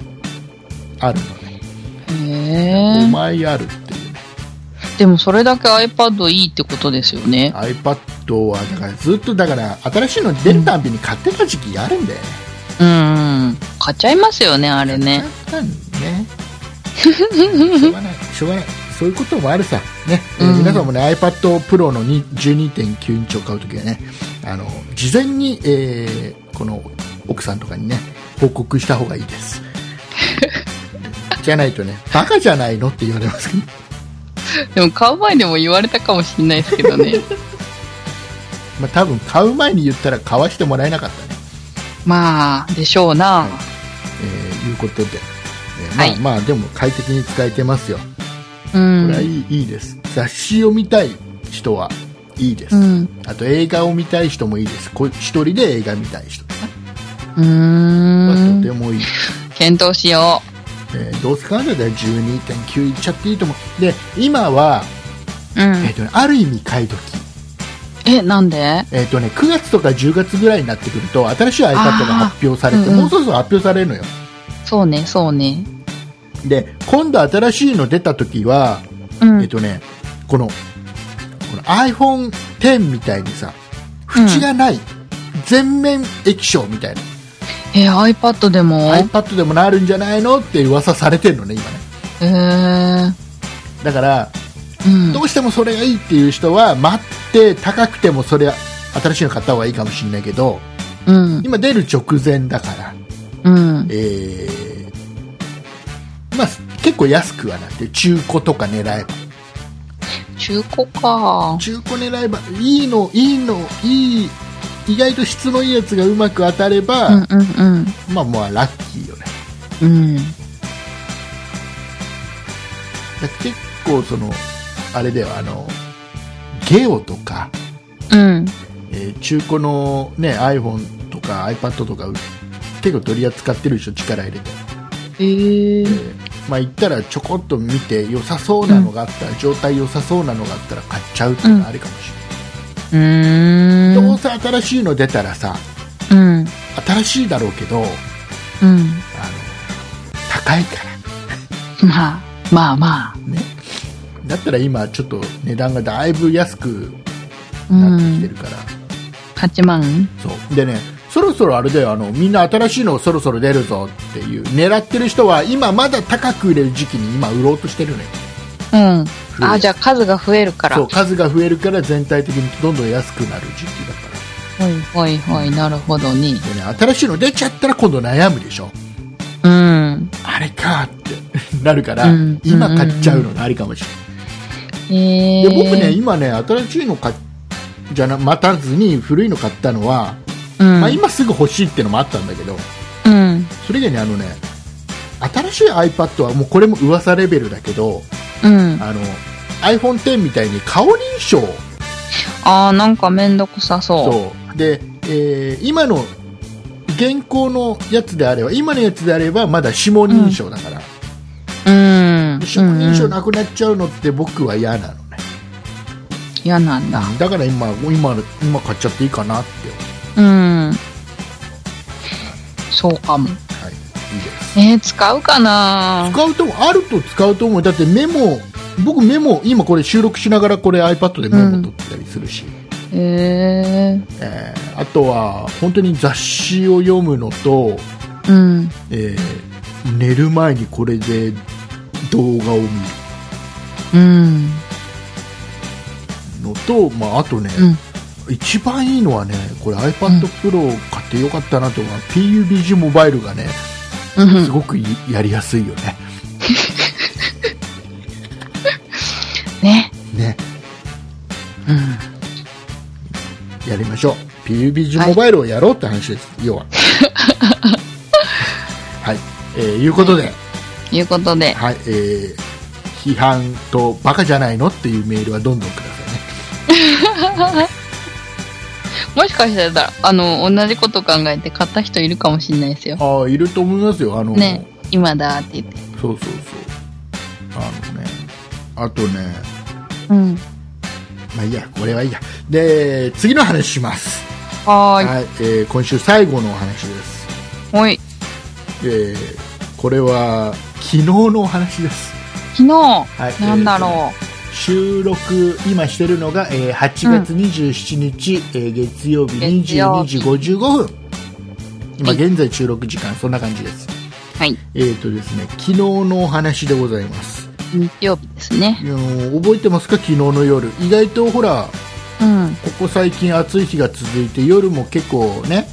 あるのね
へえ
5。枚あるっていうね
でもそれだけ iPad いいってことですよね。
iPad はだからずっとだから新しいの出るたんびに買ってた時期があるんだよね。
うん。買っちゃいますよね、あれね。
買ったん ね。しょうがない、しょうがない。そういうこともあるさ。ね、えー
うん
皆さんもね iPad Pro のに12.9インチを買うときはね、あの事前に、えーこの奥さんとかにね報告した方がいい です。じゃないとね、バカじゃないのって言われますけど。
でも買う前でも言われたかもしれないですけど ね。
まあ多分買う前に言ったら買わしてもらえなかったね。
まあ、でしょうな。
えーいうことで、えーま
は
あ、
い
まあでも快適に使えてますよこ
う
れはい
ん。
い,、いいです雑誌を見たい人はいいです、
うん。
あと映画を見たい人もいいですこ一人で映画見たい人とか
う
はと
ー
て
ん。
もいい、
検討しよ
えーどうせカナダでは12.9いっちゃっていいと思うで今は、
う。う
えっ
ん。
とね、ある意味買い時
え、なんで
えっとね、9月とか10月ぐらいになってくると新しい iPad が発表されて、
あーうんうん
もうそろそろ発表されるのよ
そうね、そうね。
で今度新しいの出た時は、
う
えっ
ん。
とねこのこの iPhone10 みたいにさ縁がない、全面液晶みたいな
え、iPad でも
iPad でもなるんじゃないのって噂されてるのね今ね
えー。
だから
うん
ど。うしてもそれがいいっていう人は待って高くてもそれ新しいの買った方がいいかもしれないけど
うん。
今出る直前だから
うん。
えーまあ結構安くはなって中古とか狙えば
中古か。
中古狙えばいいのいいのいい意外と質のいいやつがうまく当たれば、
うんうん
まあもうラッキーよね
うん。うん。
だって結構そのあれだよあのゲオとか、
うん。
えー中古の、ね、iPhone とか iPad とか結構取り扱ってるでしょ力入れて、
えー。
まあ行ったらちょこっと見て良さそうなのがあったら、状態良さそうなのがあったら買っちゃうっていうのはあるかもしれない、
うー。
どうんせ新しいの出たらさ
うん。
新しいだろうけどあの
うん。
高いから
まあ、まあまあ。
ねだったら今ちょっと値段がだいぶ安く
う
なってきて
ん。
るから、
8万
そうでねそろそろあれだよあのみんな新しいのそろそろ出るぞっていう狙ってる人は今まだ高く売れる時期に今売ろうとしてるのよ
うん。
増え
あ、
る
じゃあ数が増えるから。
そう数が増えるから全体的にどんどん安くなる時期だか
はいはいはい、なるほどね。
らでね新しいの出ちゃったら今度悩むでしょ
うん。
あれかってなるから、
うん
今買っちゃうのがありかもしれない
え
で
ー。
僕ね、今ね新しいの買っじゃな待たずに古いの買ったのは、
うん。
まあ、今すぐ欲しいってのもあったんだけど
うん。
それ以外にあのね新しい iPad はもうこれも噂レベルだけど
うん。
あの iPhone10 みたいに顔認証
あー、なんかめんどくさそう。
そうで、えー今の現行のやつであれば今のやつであればまだ指紋認証だから、
うん。
指紋認証
うんうん
なくなっちゃうのって僕は嫌なのね、
嫌なんだ。
だから今今今買っちゃっていいかなって、
うん。そうかも。
はい、いいです
えー、使うかな
使うと思うあると使うと思うだってメモ僕メモ今これ収録しながらこれ iPad でメモ取ってたりするし、
え
えーあとは本当に雑誌を読むのと、
ー。うん。
えー寝る前にこれで動画を見る
うん。
のと、まあ、あとね、
うん
一番いいのはねこれ iPadPro 買ってよかったなと思うのは、PUBG モバイルがね
うん
すごくいやりやすいよね
ね。
ね
うん。
やりましょう PUBG モバイルをやろうって話です、要 ははい、えーいうことで、
いうことで、
はいえー批判とバカじゃないのっていうメールはどんどんくださいね
もしかしたら、あの、同じこと考えて買った人いるかもしれないですよ。
ああいると思いますよあの、
ね。今だって言って。
そうそうそうあのねあとね
うん。
まあいいやこれはいいやで次の話します
はーい。
はい、えー今週最後のお話です、
ほい。
えーこれは昨日のお話です
昨日、
はい
なんだろ
収録今してるのが、えー8月27日、えー月曜日
月曜
22
日
時55分今
はい
現在収録時間そんな感じです
う。はい。
えっ、とですね昨日のお話でございます
日曜日です
あ
ね。
の覚えてますか昨日の夜意外とほら
うん。
ここ最近暑い日が続いて夜も結構ね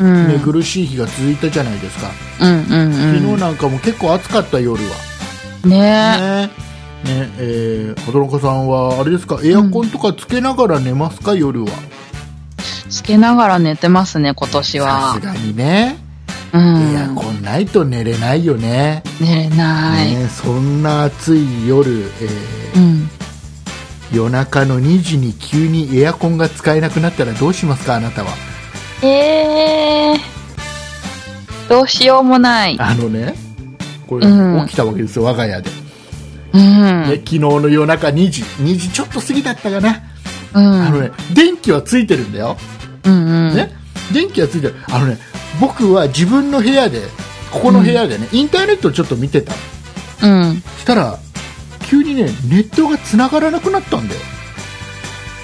うん。
寝苦しい日が続いたじゃないですか、
うんうん
昨
う
日なんかも結構暑かった夜は
ん。ねえ。
ねねえー、畑中さんはあれですかエアコンとかつけながら寝ますか、夜は
つけながら寝てますね、今年
さ
は
す。がにね、
うん。
エアコンないと寝れないよね,、
寝れない。
ねそんな暑い夜、えー
うん。
夜中の2時に急にエアコンが使えなくなったらどうしますかあなたは
えー。どうしようもない。
あのねこれ
うん
起きたわけですよ、我が家で、ね
うん。
昨日の夜中2時2時ちょっと過ぎだったかな、
うん。
あのね電気はついてるんだよ、
うんうん。
ね、電気がついてるあのね僕は自分の部屋でここの部屋でね、インターネットをちょっと見てたの
うん。
したら急にねネットが繋がらなくなったんだよ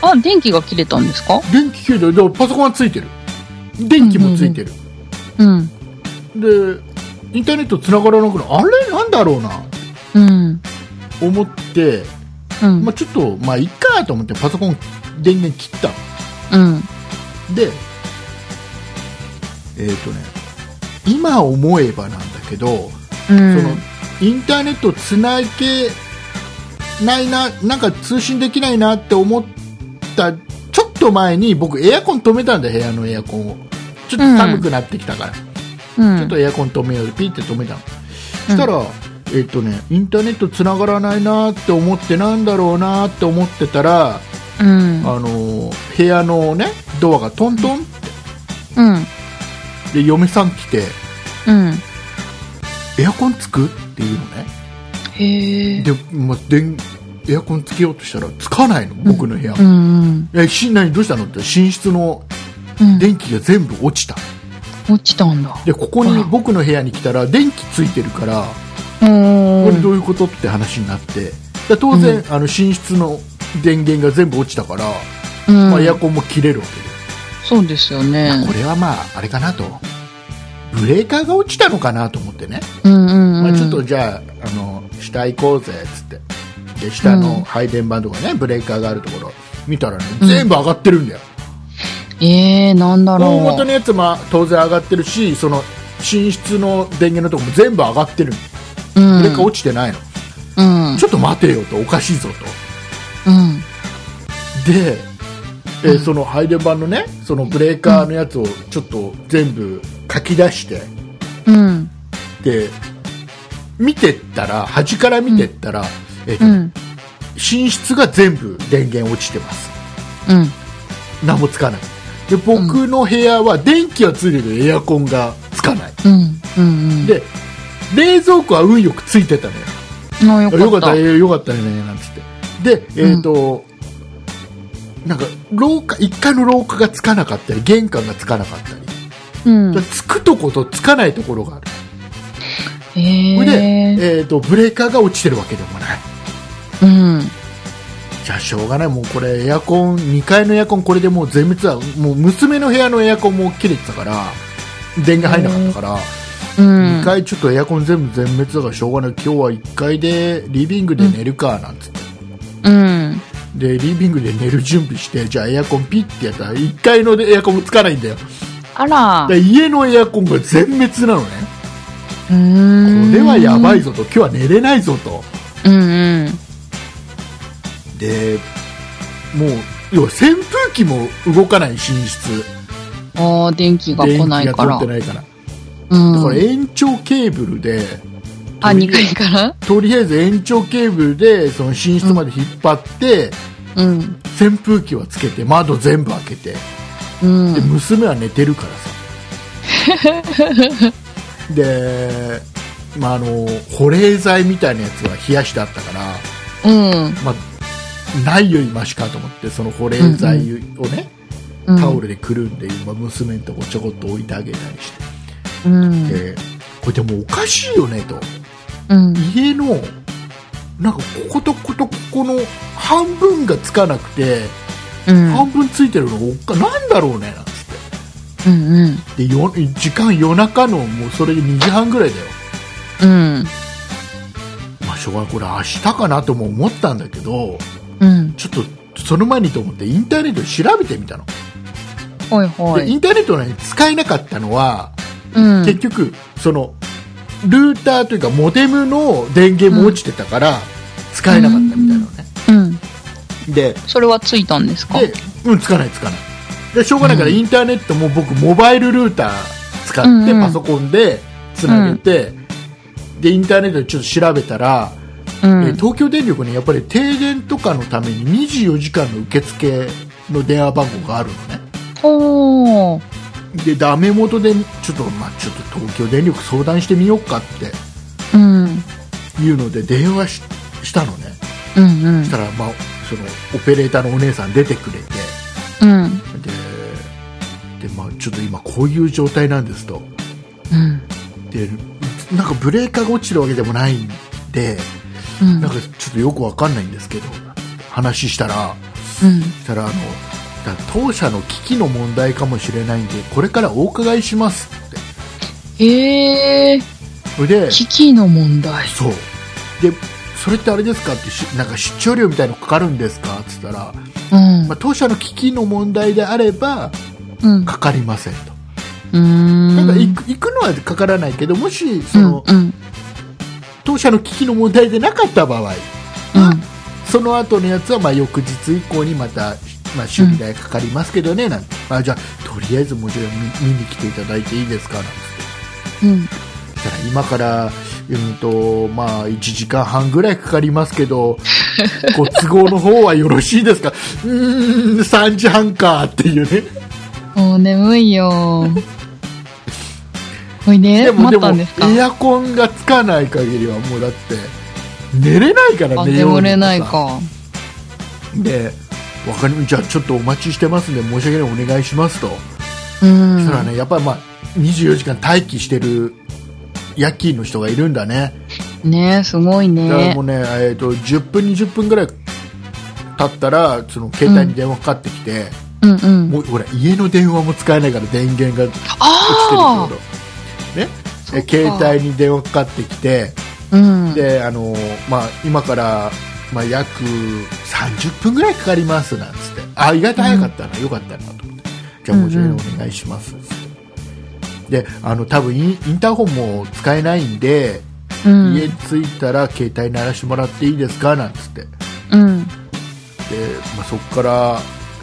あ、電気が切れたんですか
電気切れてるでもパソコンはついてる電気もついてる、
うん。
でインターネット繋がらなくなあれなんだろうな
うん。
思って、
うん。
まあ、ちょっとまあいっかと思ってパソコン電源切った
うん。
のでえっ、とね今思えばなんだけど、
う
その
ん。
インターネットつなげないななんか通信できないなって思ったちょっと前に僕エアコン止めたんだよ部屋のエアコンをちょっと寒くなってきたから、
うん。
ちょっとエアコン止めようピーって止めたのそしたら、えっとねインターネットつながらないなって思ってなんだろうなって思ってたら、
うん。
あのー部屋のねドアがトントン
うん。
で嫁さん来て
うん。
エアコンつくっていうのね
へえ。
で、まあ、電エアコンつけようとしたらつかないの僕の部屋、
うん。
えし何どうしたのって寝室の
うん。
電気が全部落ちた
落ちたんだ。
でここに僕の部屋に来たら電気ついてるから
う
これど
ん。
ういうことって話になってで当然、あの寝室の電源が全部落ちたから、まあ、エアコンも切れるわけで、
そうですよね。
これはまああれかなとブレーカーが落ちたのかなと思ってね、
うんうん。
まあ、ちょっ
う
と
ん。
じゃああの下行こうぜっつってで下
うん
の配電盤とかねブレーカーがあるところ見たらね
うん
全部上がってるんだよ、
ええ、なんだろう。
大元のやつも当然上がってるしその寝室の電源のとこも全部上がってる
うん。
ブレーカー落ちてないの、
うん。
ちょっと待てよとおかしいぞと
うん。
で、えー
うん
その配電盤のねそのブレーカーのやつをちょっと全部書き出して
うん。
で見てったら端から見てったら、えーと
うん。
寝室が全部電源落ちてます
うん。
何もつかないで僕の部屋は電気はついてるけどエアコンがつかない
うん。うん。
で冷蔵庫は運よくついてたのよ
うん、よ
よ
かっ。
かったたよかったねなんつってでえっ、と、なんか廊下1階の廊下がつかなかったり玄関がつかなかったり、
うん。
つくとことつかないところがある
え
それで、
え。
えー、とブレーカーが落ちてるわけでもない
うん。
じゃあしょうがないもうこれエアコン2階のエアコンこれでもう全滅だもう娘の部屋のエアコンも切れてたから電源入らなかったから、
うん。
2階ちょっとエアコン全部全滅だからしょうがない今日は1階でリビングで寝るかなんつって、
うん。
でリビングで寝る準備してじゃあエアコンピッてやったら1階のエアコンもつかないんだよ
あら。
で家のエアコンが全滅なのね
う
こ
ん。
れはやばい。ぞと今日は寝れないぞと
うんうん。
でもう要は扇風機も動かない寝室
ああ、電気が
電
来
気
ない
が
か
通
ら。
ってないから
うん。
だから延長ケーブルで
あ、2階から
とりあえず延長ケーブルでその寝室まで引っ張って、
うん。
扇風機はつけて窓全部開けて
うん
で。娘は寝てるから さで、まあ、あの保冷剤みたいなやつは冷やしてあったから、
うん。
まあ、ないよりマシかと思ってその保冷剤をね、
うん
タオルでくるんで今娘のとこちょこっと置いてあげたりして、
うん。
でこれでもおかしいよねと
うん。
家のなんかこことこことここの半分がつかなくて、
うん。
半分ついてるのがおっかなんだろうねなんつっ
う
て。
んうん。
でよ時間夜中のもうそれ2時半ぐらいだよ、
うん。
まあ、しょうがないこれ明日かなとも思ったんだけど
うん。
ちょっとその前にと思ってインターネットで調べてみたの、
ほいほ
でイ
い。
ンターネットの使えなかったのは、
うん。
結局そのルーターというかモデムの電源も落ちてたから使えなかったみたいなのね、
うん。
で
それはついたんですか
でうんつかないつかないでしょうがないから
うん
インターネットも僕モバイルルーター使って
うんうん
パソコンでつなげて、でインターネットでちょっと調べたら、
うん
えー東京電力ねやっぱり停電とかのために24時間の受付の電話番号があるのね
おー
でダメ元でちょっとまあちょっと東京電力相談してみようかって
うん
いうので電話ししたのね
うんうん
そしたら、まあ、そのオペレーターのお姉さん出てくれて
うん
でで、まあ、ちょっと今こういう状態なんですと
うん
でなんかブレーカーが落ちるわけでもないんで
うん
なんかちょっとよくわかんないんですけど話したら
うん
したらあのだ当社の機器の問題かもしれないんでこれからお伺いしますって
えー、
それで
危機の問題
そうでそれってあれですかってしなんか出張料みたいのかかるんですかって言ったら、
うん
まあ、当社の機器の問題であれば
うん
かかりませんと
うん
ただ行く行くのはかからないけどもしその、
うんうん
当社の機器の問題でなかった場合その後のやつはまあ翌日以降にまた、まあ、修理代かかりますけどね、なんて、まあ、じゃあとりあえずもうちょい見見に来ていただいていいですかなんて
うんうん
言ったら今から、うんとまあ、1時間半ぐらいかかりますけ どご都合の方はよろしいですかうーん3時半かっていうね
もう眠いよおいで
も
待
で
った
も
んですか
エアコンがつかない限りはもうだって寝れないから
あ
寝ようにも
眠
さ
れないか
でわかりまじゃあちょっとお待ちしてますんで申し訳ないお願いしますと、
うん
そしたらねやっぱり、まあ、24時間待機してる夜勤の人がいるんだね
ねえすごい
だから
ね
もうね、えー、と10分20分ぐらい経ったらその携帯に電話かかってきて、
うんうん
もうほら家の電話も使えないから電源が落ちてる
ああ
ってことねで携帯に電話かかってきて
うん
であのまあ、今から、まあ、約30分ぐらいかかりますなんつってあ意外と早かったな、よかったなと思ってじゃあもうちょいお願いしますつってであの多分インインターホンも使えないんで、
うん
家着いたら携帯鳴らしてもらっていいですかなんつってで、
うん
まあ、そこから、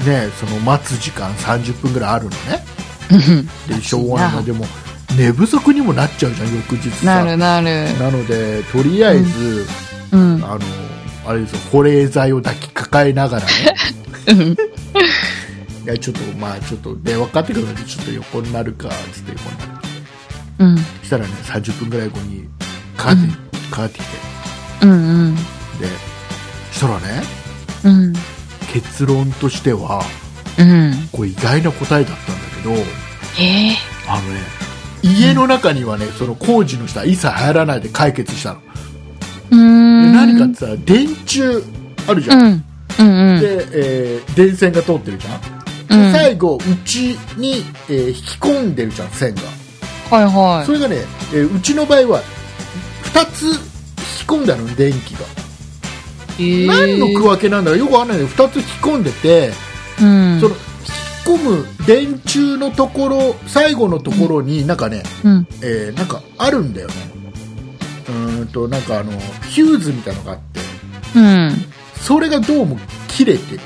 ね、その待つ時間30分ぐらいあるのねで昭和のでも寝不足にもなっちゃうじゃん翌日
な
さ
るなる
なのでとりあえず、
うん
あの、あれですよ、保冷剤を抱きかかえながらね。
うん
いや、ちょっと、まあ、ちょっと電話かかってくるので、ちょっと横になるか、つって横になって。
うん
したらね、30分ぐらい後に、かかって、かかってきて。
うん
で、したらね、
うん
結論としては、
うん
これ意外な答えだったんだけど、
え
あのね、家の中にはね、その工事の人は一切入らないで解決したの。
ー
で
うん
何かって言ったら、電柱あるじゃ。
うんんうんうん
で、えー電線が通ってるじゃん。
うんはい
最後、うちに、えー引き込んでるじゃん、線が。
は
それがね、えーうちの場合は、2つ引き込んだの、電気が。
いえー
何の区分けなんだかよくわかんないけど、2つ引き込んでて、
うん
その、引き込む電柱のところ、最後のところに、なんかね、
うん
えーなんかあるんだよね。うーんと、なんかあの、ヒューズみたいなのがあって、
うん
それがどうも切れてるっていう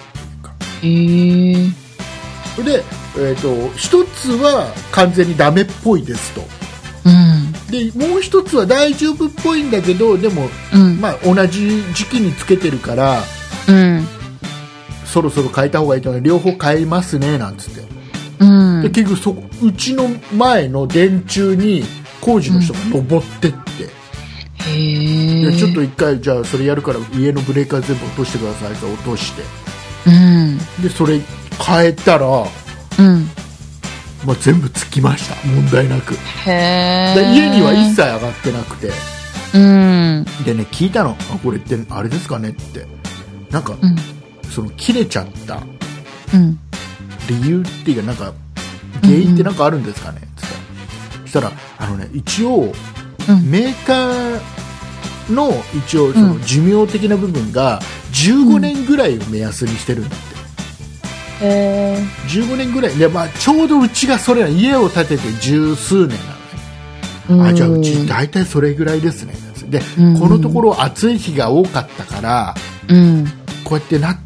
か。
えー
それで、えっ、と、一つは完全にダメっぽいですと。
うん
でもう一つは大丈夫っぽいんだけどでも、
うん
まあ、同じ時期につけてるから
うん
そろそろ変えた方がいいと思う両方変えますねなんつって、
うん
で結局そこうちの前の電柱に工事の人が登ってって、
へえ
でちょっと一回じゃあそれやるから家のブレーカー全部落としてくださいって落として
うん
でそれ変えたら、ま
うん
あ、全部つきました問題なくで
へえ
家には一切上がってなくて
うん
でね聞いたのあこれってあれですかねってなんか、
うん
その切れちゃった
うん
理由っていうかなんか原因ってなんかあるんですかね、つってそしたらあのね一応
うん
メーカーの一応その寿命的な部分が15年ぐらいを目安にしてるんだって、
へえ
15年ぐらいで、まあ、ちょうどうちがそれ家を建てて十数年なのねあじゃあうち大体それぐらいですねで、
うん
このところ暑い日が多かったから
うん
こうやってな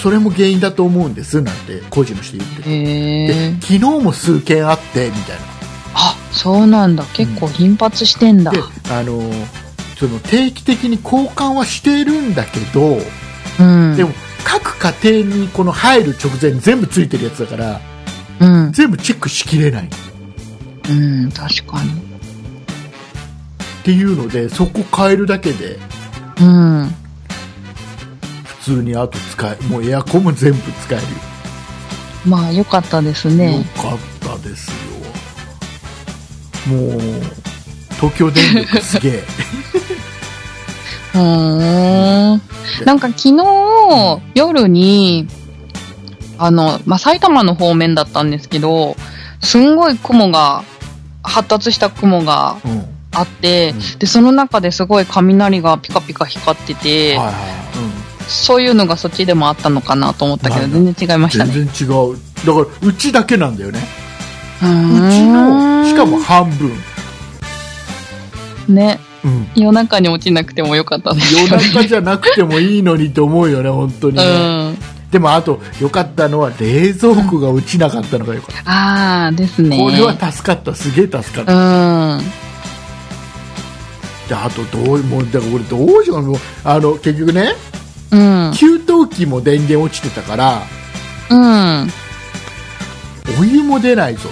それも原因だと思うんですなんて工事の人言ってて
へ
で
え
昨日も数件あってみたいな
あそうなんだ。結構頻発してんだ。
であのその定期的に交換はしているんだけど、
うん。
でも各家庭にこの入る直前全部ついてるやつだから
うん。
全部チェックしきれない
うん、確かに。
っていうのでそこ変えるだけで
うん。
普通にあと使えもうエアコンも全部使えるよ
まあ、良かったですね。
よかったですよもう東京電力すげえ
うーん。なんか昨日、夜に、あの、まあ、埼玉の方面だったんですけど、すんごい雲が、発達した雲が
うん、は
あって、
うん
で、その中ですごい雷がピカピカ光って
い
て、
はい、うん、
そういうのがそっちでもあったのかなと思ったけど、
なん
全然違いました
全
ね。
然違うだからうちだけなんだよね
う
う
ーん
ちのしかも半分
ね、
うん
夜中に落ちなくてもよかったですよ
夜
ね。
中じゃなくてもいいのにって思うよね本当にね、
うん。
でもあと良かったのは冷蔵庫が落ちなかったのが良かった、
ああ、ですね。
これは助かったすげえ助かった、
うん。
であとどうもうだから俺どうしようもうあの結局ね
うん。
給湯器も電源落ちてたから
うん。
お湯も出ないぞ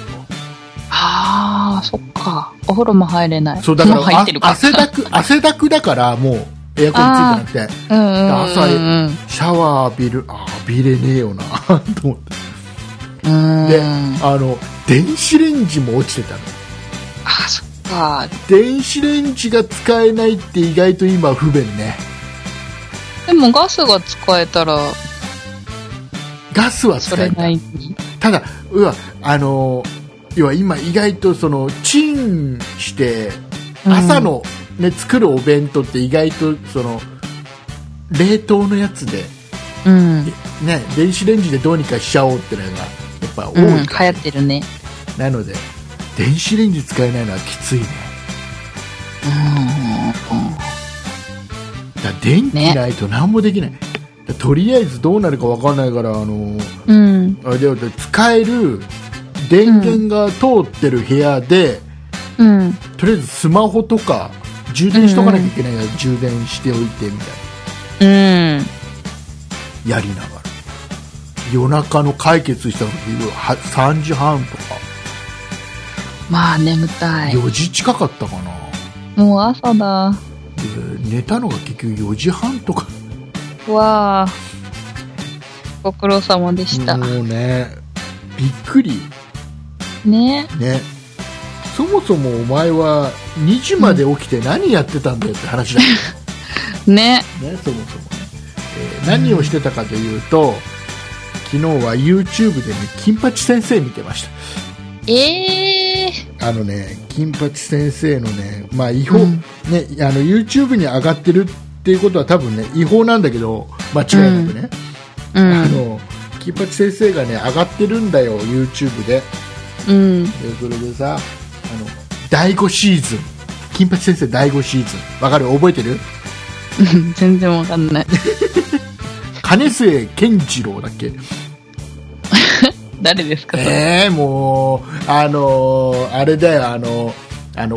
ああ、そっか。お風呂も入れな
と
い。
そうだから
もう入ってる
あ
か。
汗だく汗だくだからもうエアコンついてなくて
うんうんうん。
朝シャワー浴びるあー浴びれねえよな と思って
うん。
であの電子レンジも落ちてたの
あ、そっか。
電子レンジが使えないって意外と今不便ね
でもガスが使えたら、
ガスは
そ
使え
れ
た
なりに。
ただうわあの要は今意外とそのチンして
うん
朝。の、ね作るお弁当って意外とその冷凍のやつで、
うん。
ね、電子レンジでどうにかしちゃおうってのがやっぱ多い
うん。流
から、
行ってるね。
なので電子レンジ使えないのはきついねだから電気
ね
ないと何もできない、だからとりあえずどうなるか分かんないからあの
うん。うん。
あれだよ使える電源が通ってる部屋で、
うん。
とりあえずスマホとか充電しとかなきゃいけないから、充電しておいてみた
う
い
ん。
なやりながら夜中の解決した時は3時半とか
まあ、眠たい。
4時近かったかな、
もう朝だ。
で寝たのが結局4時半とか
わあ。ご苦労様でした。
もうねびっくり
ね。
ねそもそもお前は2時まで起きて何やってたんだよって話 だよね
ね。
ね、そもそもね、えー何をしてたかというと、昨日は YouTube でね、金八先生見てまし
ええ
た。あのね、金八先生のね、まあ違法、
うん
ね、あの YouTube に上がってるっていうことは多分ね、違法なんだけど、間違いなくね。
う
あ
ん。
の、金八先生がね、上がってるんだよ、YouTube で。
うん。
でそれでさ、あの、第5シーズン。金八先生第5シーズン。わかる覚えてる
うん全然わかんない。
金末健次郎だっけ
誰ですか、それ
えー、もう、あのーあれだよ、あのあの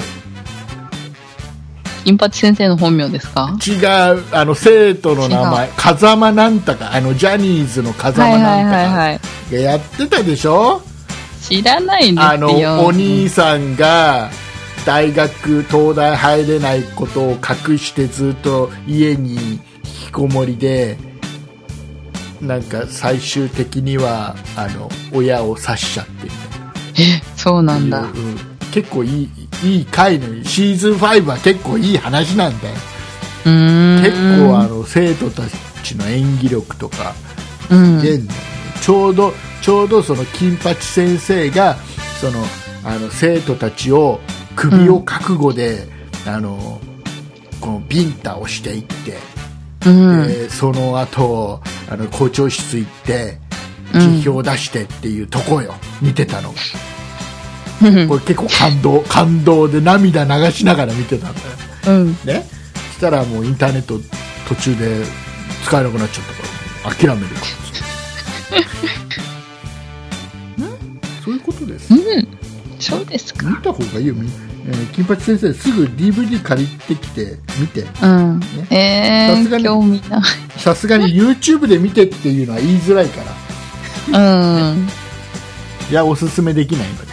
金八先生の本名ですか
違うあの生徒の名前風間なんたかあのジャニーズの風
は
間
いはいはい
なんた
はい。
かがやってたでしょ、
知らないんですよ。
あのお兄さんが大学東大入れないことを隠してずっと家に引きこもりでなんか最終的にはあの親を刺しちゃってみたいな
そうなんだ。
うん結構いいいい回のシーズン5は結構いい話なんだよ
うーん。
結構あの生徒たちの演技力とか
うん。
出んのよちょうどちょうどその金八先生がそのあの生徒たちを首を覚悟で、あのこのビンタをしていっ
う
て、
ん。
でその後あの校長室行って
うん
辞表を出してっていうとこよ、見てたのが
うん
これ結構感動感動で涙流しながら見てたんだよ
うん。
ねそしたらもうインターネット途中で使えなくなっちゃったから諦め るからねそういうことです
うん。そうです
見
か。
た方がいいよ、みえー金八先生すぐ DVD 借りてきて見て
うん。え
さすが
ー、
に
興味な
さすがに YouTube で見てっていうのは言いづらいから
い。うん。
いやおすすめできないので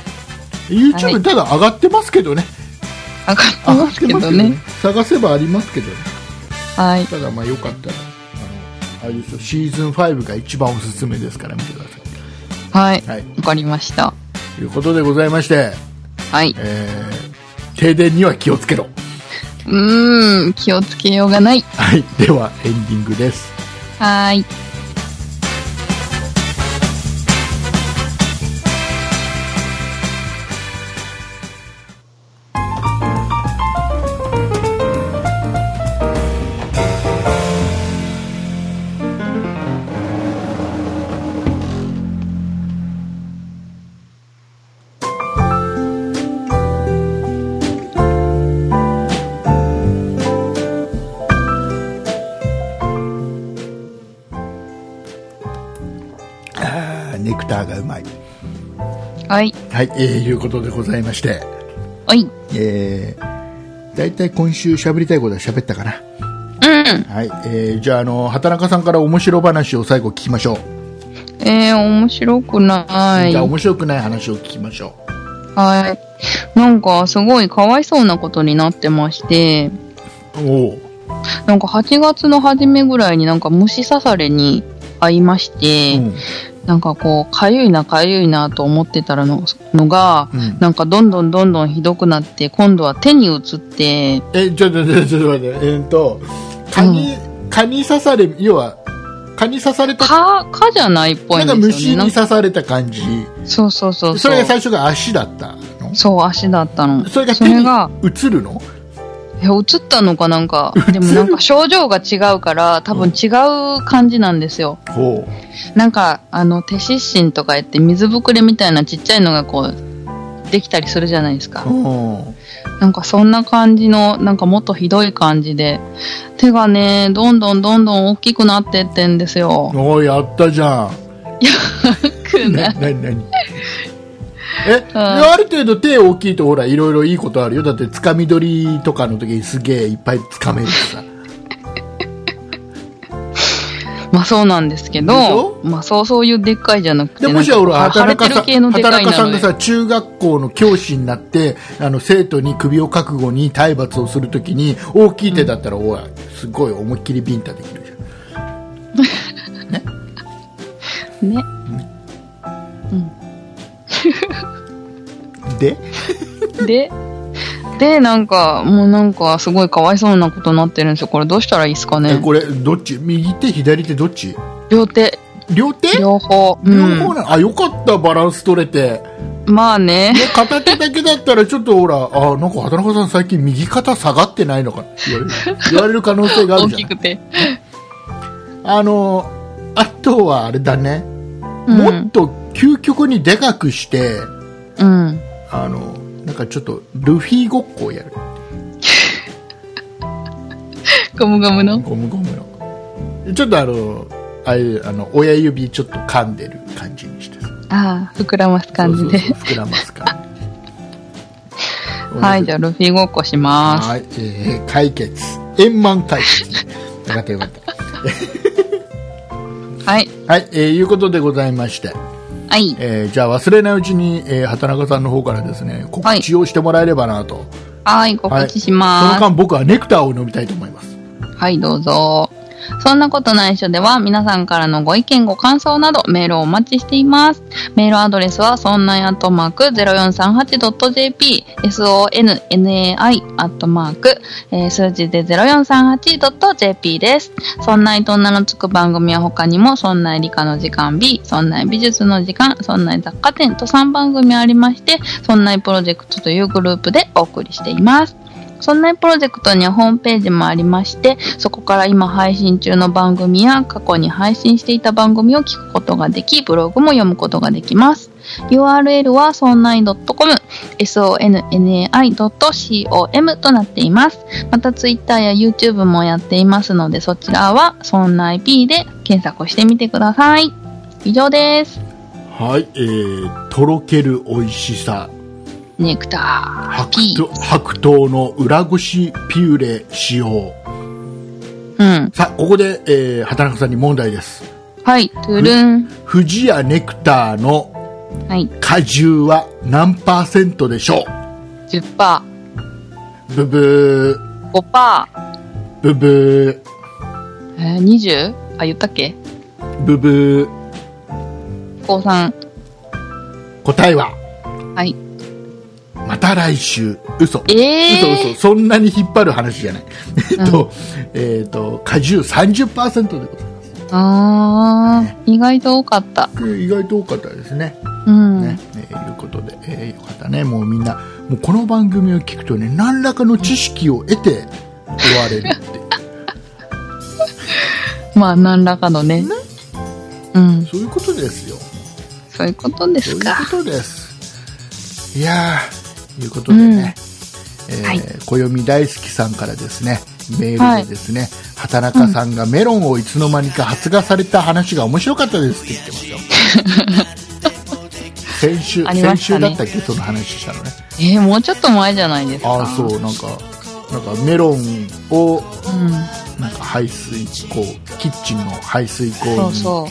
YouTube ただ上がってますけどね、
上がってますけどね。
探せばありますけどね
はい。
ただまあよかったらあのあれですよシーズン5が一番おすすめですから見てくださ
はい。
い、はい、
わかりました。
ということでございまして、
はい。
えー停電には気をつけろ
うーん、気をつけようがない。
はいではエンディングです
はーい。
あーネクターがうまい
はい。
はい、えー、いうことでございまして、
はい。うん。
えー、大体今週喋りたいことは喋ったかな。はい、えー、じゃあ、あの、畑中さんから面白話を最後聞きましょう。
えー、面白くな
じ
い
ゃあ、。面白くない話を聞きましょう。
はい。なんか、すごいかわいそうなことになってまして、
おう
なんか8月の初めぐらいになんか虫刺されに遭いまして、
うん。
なんかこう、かゆいな、かゆいなと思ってたらののが、
うん
なんかどんどんどんどんひどくなって、今度は手に移って、
え、ちょっと、ちょっと、ちょっと待って、えーっと、蚊に、蚊に刺され、要は、蚊に刺された、
蚊、蚊じゃないっぽ
ないん
ん
か
です
虫
よね。
に刺された感じ。
なんかそうそうそう。
そうれが最初が足だったの
そう、足だったの。
それが手
それが、
に移るの
いや移ったのかなん か、でもなんか症状が違うから、多分違う感じなんですよ。
ほ
なんか、あの、手湿疹とか言って水ぶくれみたいなちっちゃいのがこう、できたりするじゃないですか
う。。うん。
なんかそんな感じの、なんかもっとひどい感じで、手がね、どんどんどんどん大きくなってってんです よ。
おーやったじゃん。
く
な
な
なになに え、ある程度手大きいとほらいろいろいいことあるよだってつかみ取りとかの時にすげえいっぱいつかめるし さ
まあそうなんですけ
でし
ど
ょ、
まあそうそういうでっかいじゃなくて、
でもしは俺
なんか
畑
腫れてる
中さん
系のでか
畑
いな
中さん
の
が
で。
さ中学校の教師になってあの生徒に首を覚悟に体罰をするときに大きい手だったら、おいすごい思いっきりビンタできるじゃん
ね。
で
で、で、なんか、もうなんかすごいかわいそうなことになってるんですよ。これどうしたらいいですか
え
ね
これどっち右手左手どっち
両手、
両手
両方。う
両
ん
方。なのあよかったバランス取れて
まあね。
ね、片手だけだったら、ちょっとほら、あなんか、畑中さん、最近、右肩下がってないのかって言われる言われる可能性がある
大
じゃ
き
ない
くて。
あの、あとはあれだね、
うん
もっと究極にでかくして、
うん。
あの、なんかちょっと、ルフィごっこをやる。
ゴムゴムの。
ゴムゴムの。ちょっとあの、あれ、あの、親指ちょっと噛んでる感じにしてさ。
ああ、膨らます感じで。
そうそうそう膨らま す感じで。
はい、じゃあルフィごっこします。
はい、えー解決。円満解決。よかったよかった。
はい。
はい、えーいうことでございまして、
はい。
えーじゃあ忘れないうちに、えー畑中さんの方からですね、告知をしてもらえればなと。
はい、告知しま
その
す。は
間僕はネクターを飲みたいと思います。
い、どうぞ。そんなことないっしょでは、皆さんからのご意見、ご感想など、メールをお待ちしています。メールアドレスは、そんなんアットマーク 0438.jp、sonnai アットマーク、えー数字で 0438.jp です。そんないと女のつく番組は他にも、そんない理科の時間 B、そんない美術の時間、そんない雑貨店と3番組ありまして、そんないプロジェクトというグループでお送りしています。そんないプロジェクトにはホームページもありまして、そこから今配信中の番組や過去に配信していた番組を聞くことができ、ブログも読むことができます。URL はそんない .com、sonnai.com となっています。また Twitter や YouTube もやっていますので、そちらはそんない P で検索してみてください。以上です。
はい、えーとろける美味しさ、
ネクター、
白
ピー。
桃白桃の裏ごしピューレ使用
うん。
さあここで、えー畑中さんに問題です
はい、トゥルン。
富士屋ネクターの
はい、
果汁は何パーセントでしょ
10%、
うブブ
5%、
ーブブ
えー、20? あ、言ったっけ
ーブブ
高三
ー答えは
はい。
また来週嘘
え
嘘嘘
ー、
そんなに引っ張る話じゃない えっと、えっと果汁30%でございま
あー、意外と多かった。
す意外と多かったですね
うん。
ね、えーいうことで、えーよかったねもうみんなもうこの番組を聞くとね何らかの知識を得て終われるって
まあ、何らかのね。うん、
そういうことですよ
そういうことで
そう
す
いう
か。
ことですいやーいうことでね、えー
はい
暦大好きさんからですねメールでですね、畑中さんがメロンをいつの間にか発芽された話が面白かったですって言ってま すよ先週、
ありま
先
した
週
ね
だったっけその話したのね
えー、もうちょっと前じゃないですか。
ああそうなんかなんかメロンを
うん。
なんか排水口キッチンの排水口
そう
に捨
そ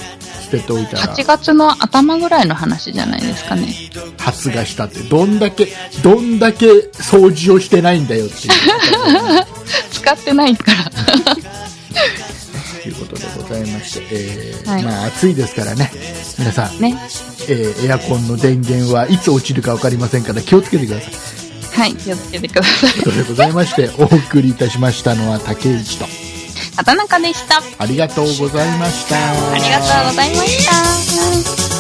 う。
てておいたら
8月の頭ぐらいの話じゃないですかね。
発芽したってどんだけどんだけ掃除をしてないんだよっていう
使ってないから。
と いうことでございまして、えー
はい
まあ、暑いですからね皆さん、
ね。
えーエアコンの電源はいつ落ちるか分かりませんから気をつけてください
はい、気をつけてください。
ということでございましてお送りいたしましたのは竹内と
畑中でした。あ
ありがとうございました
りがとうございました。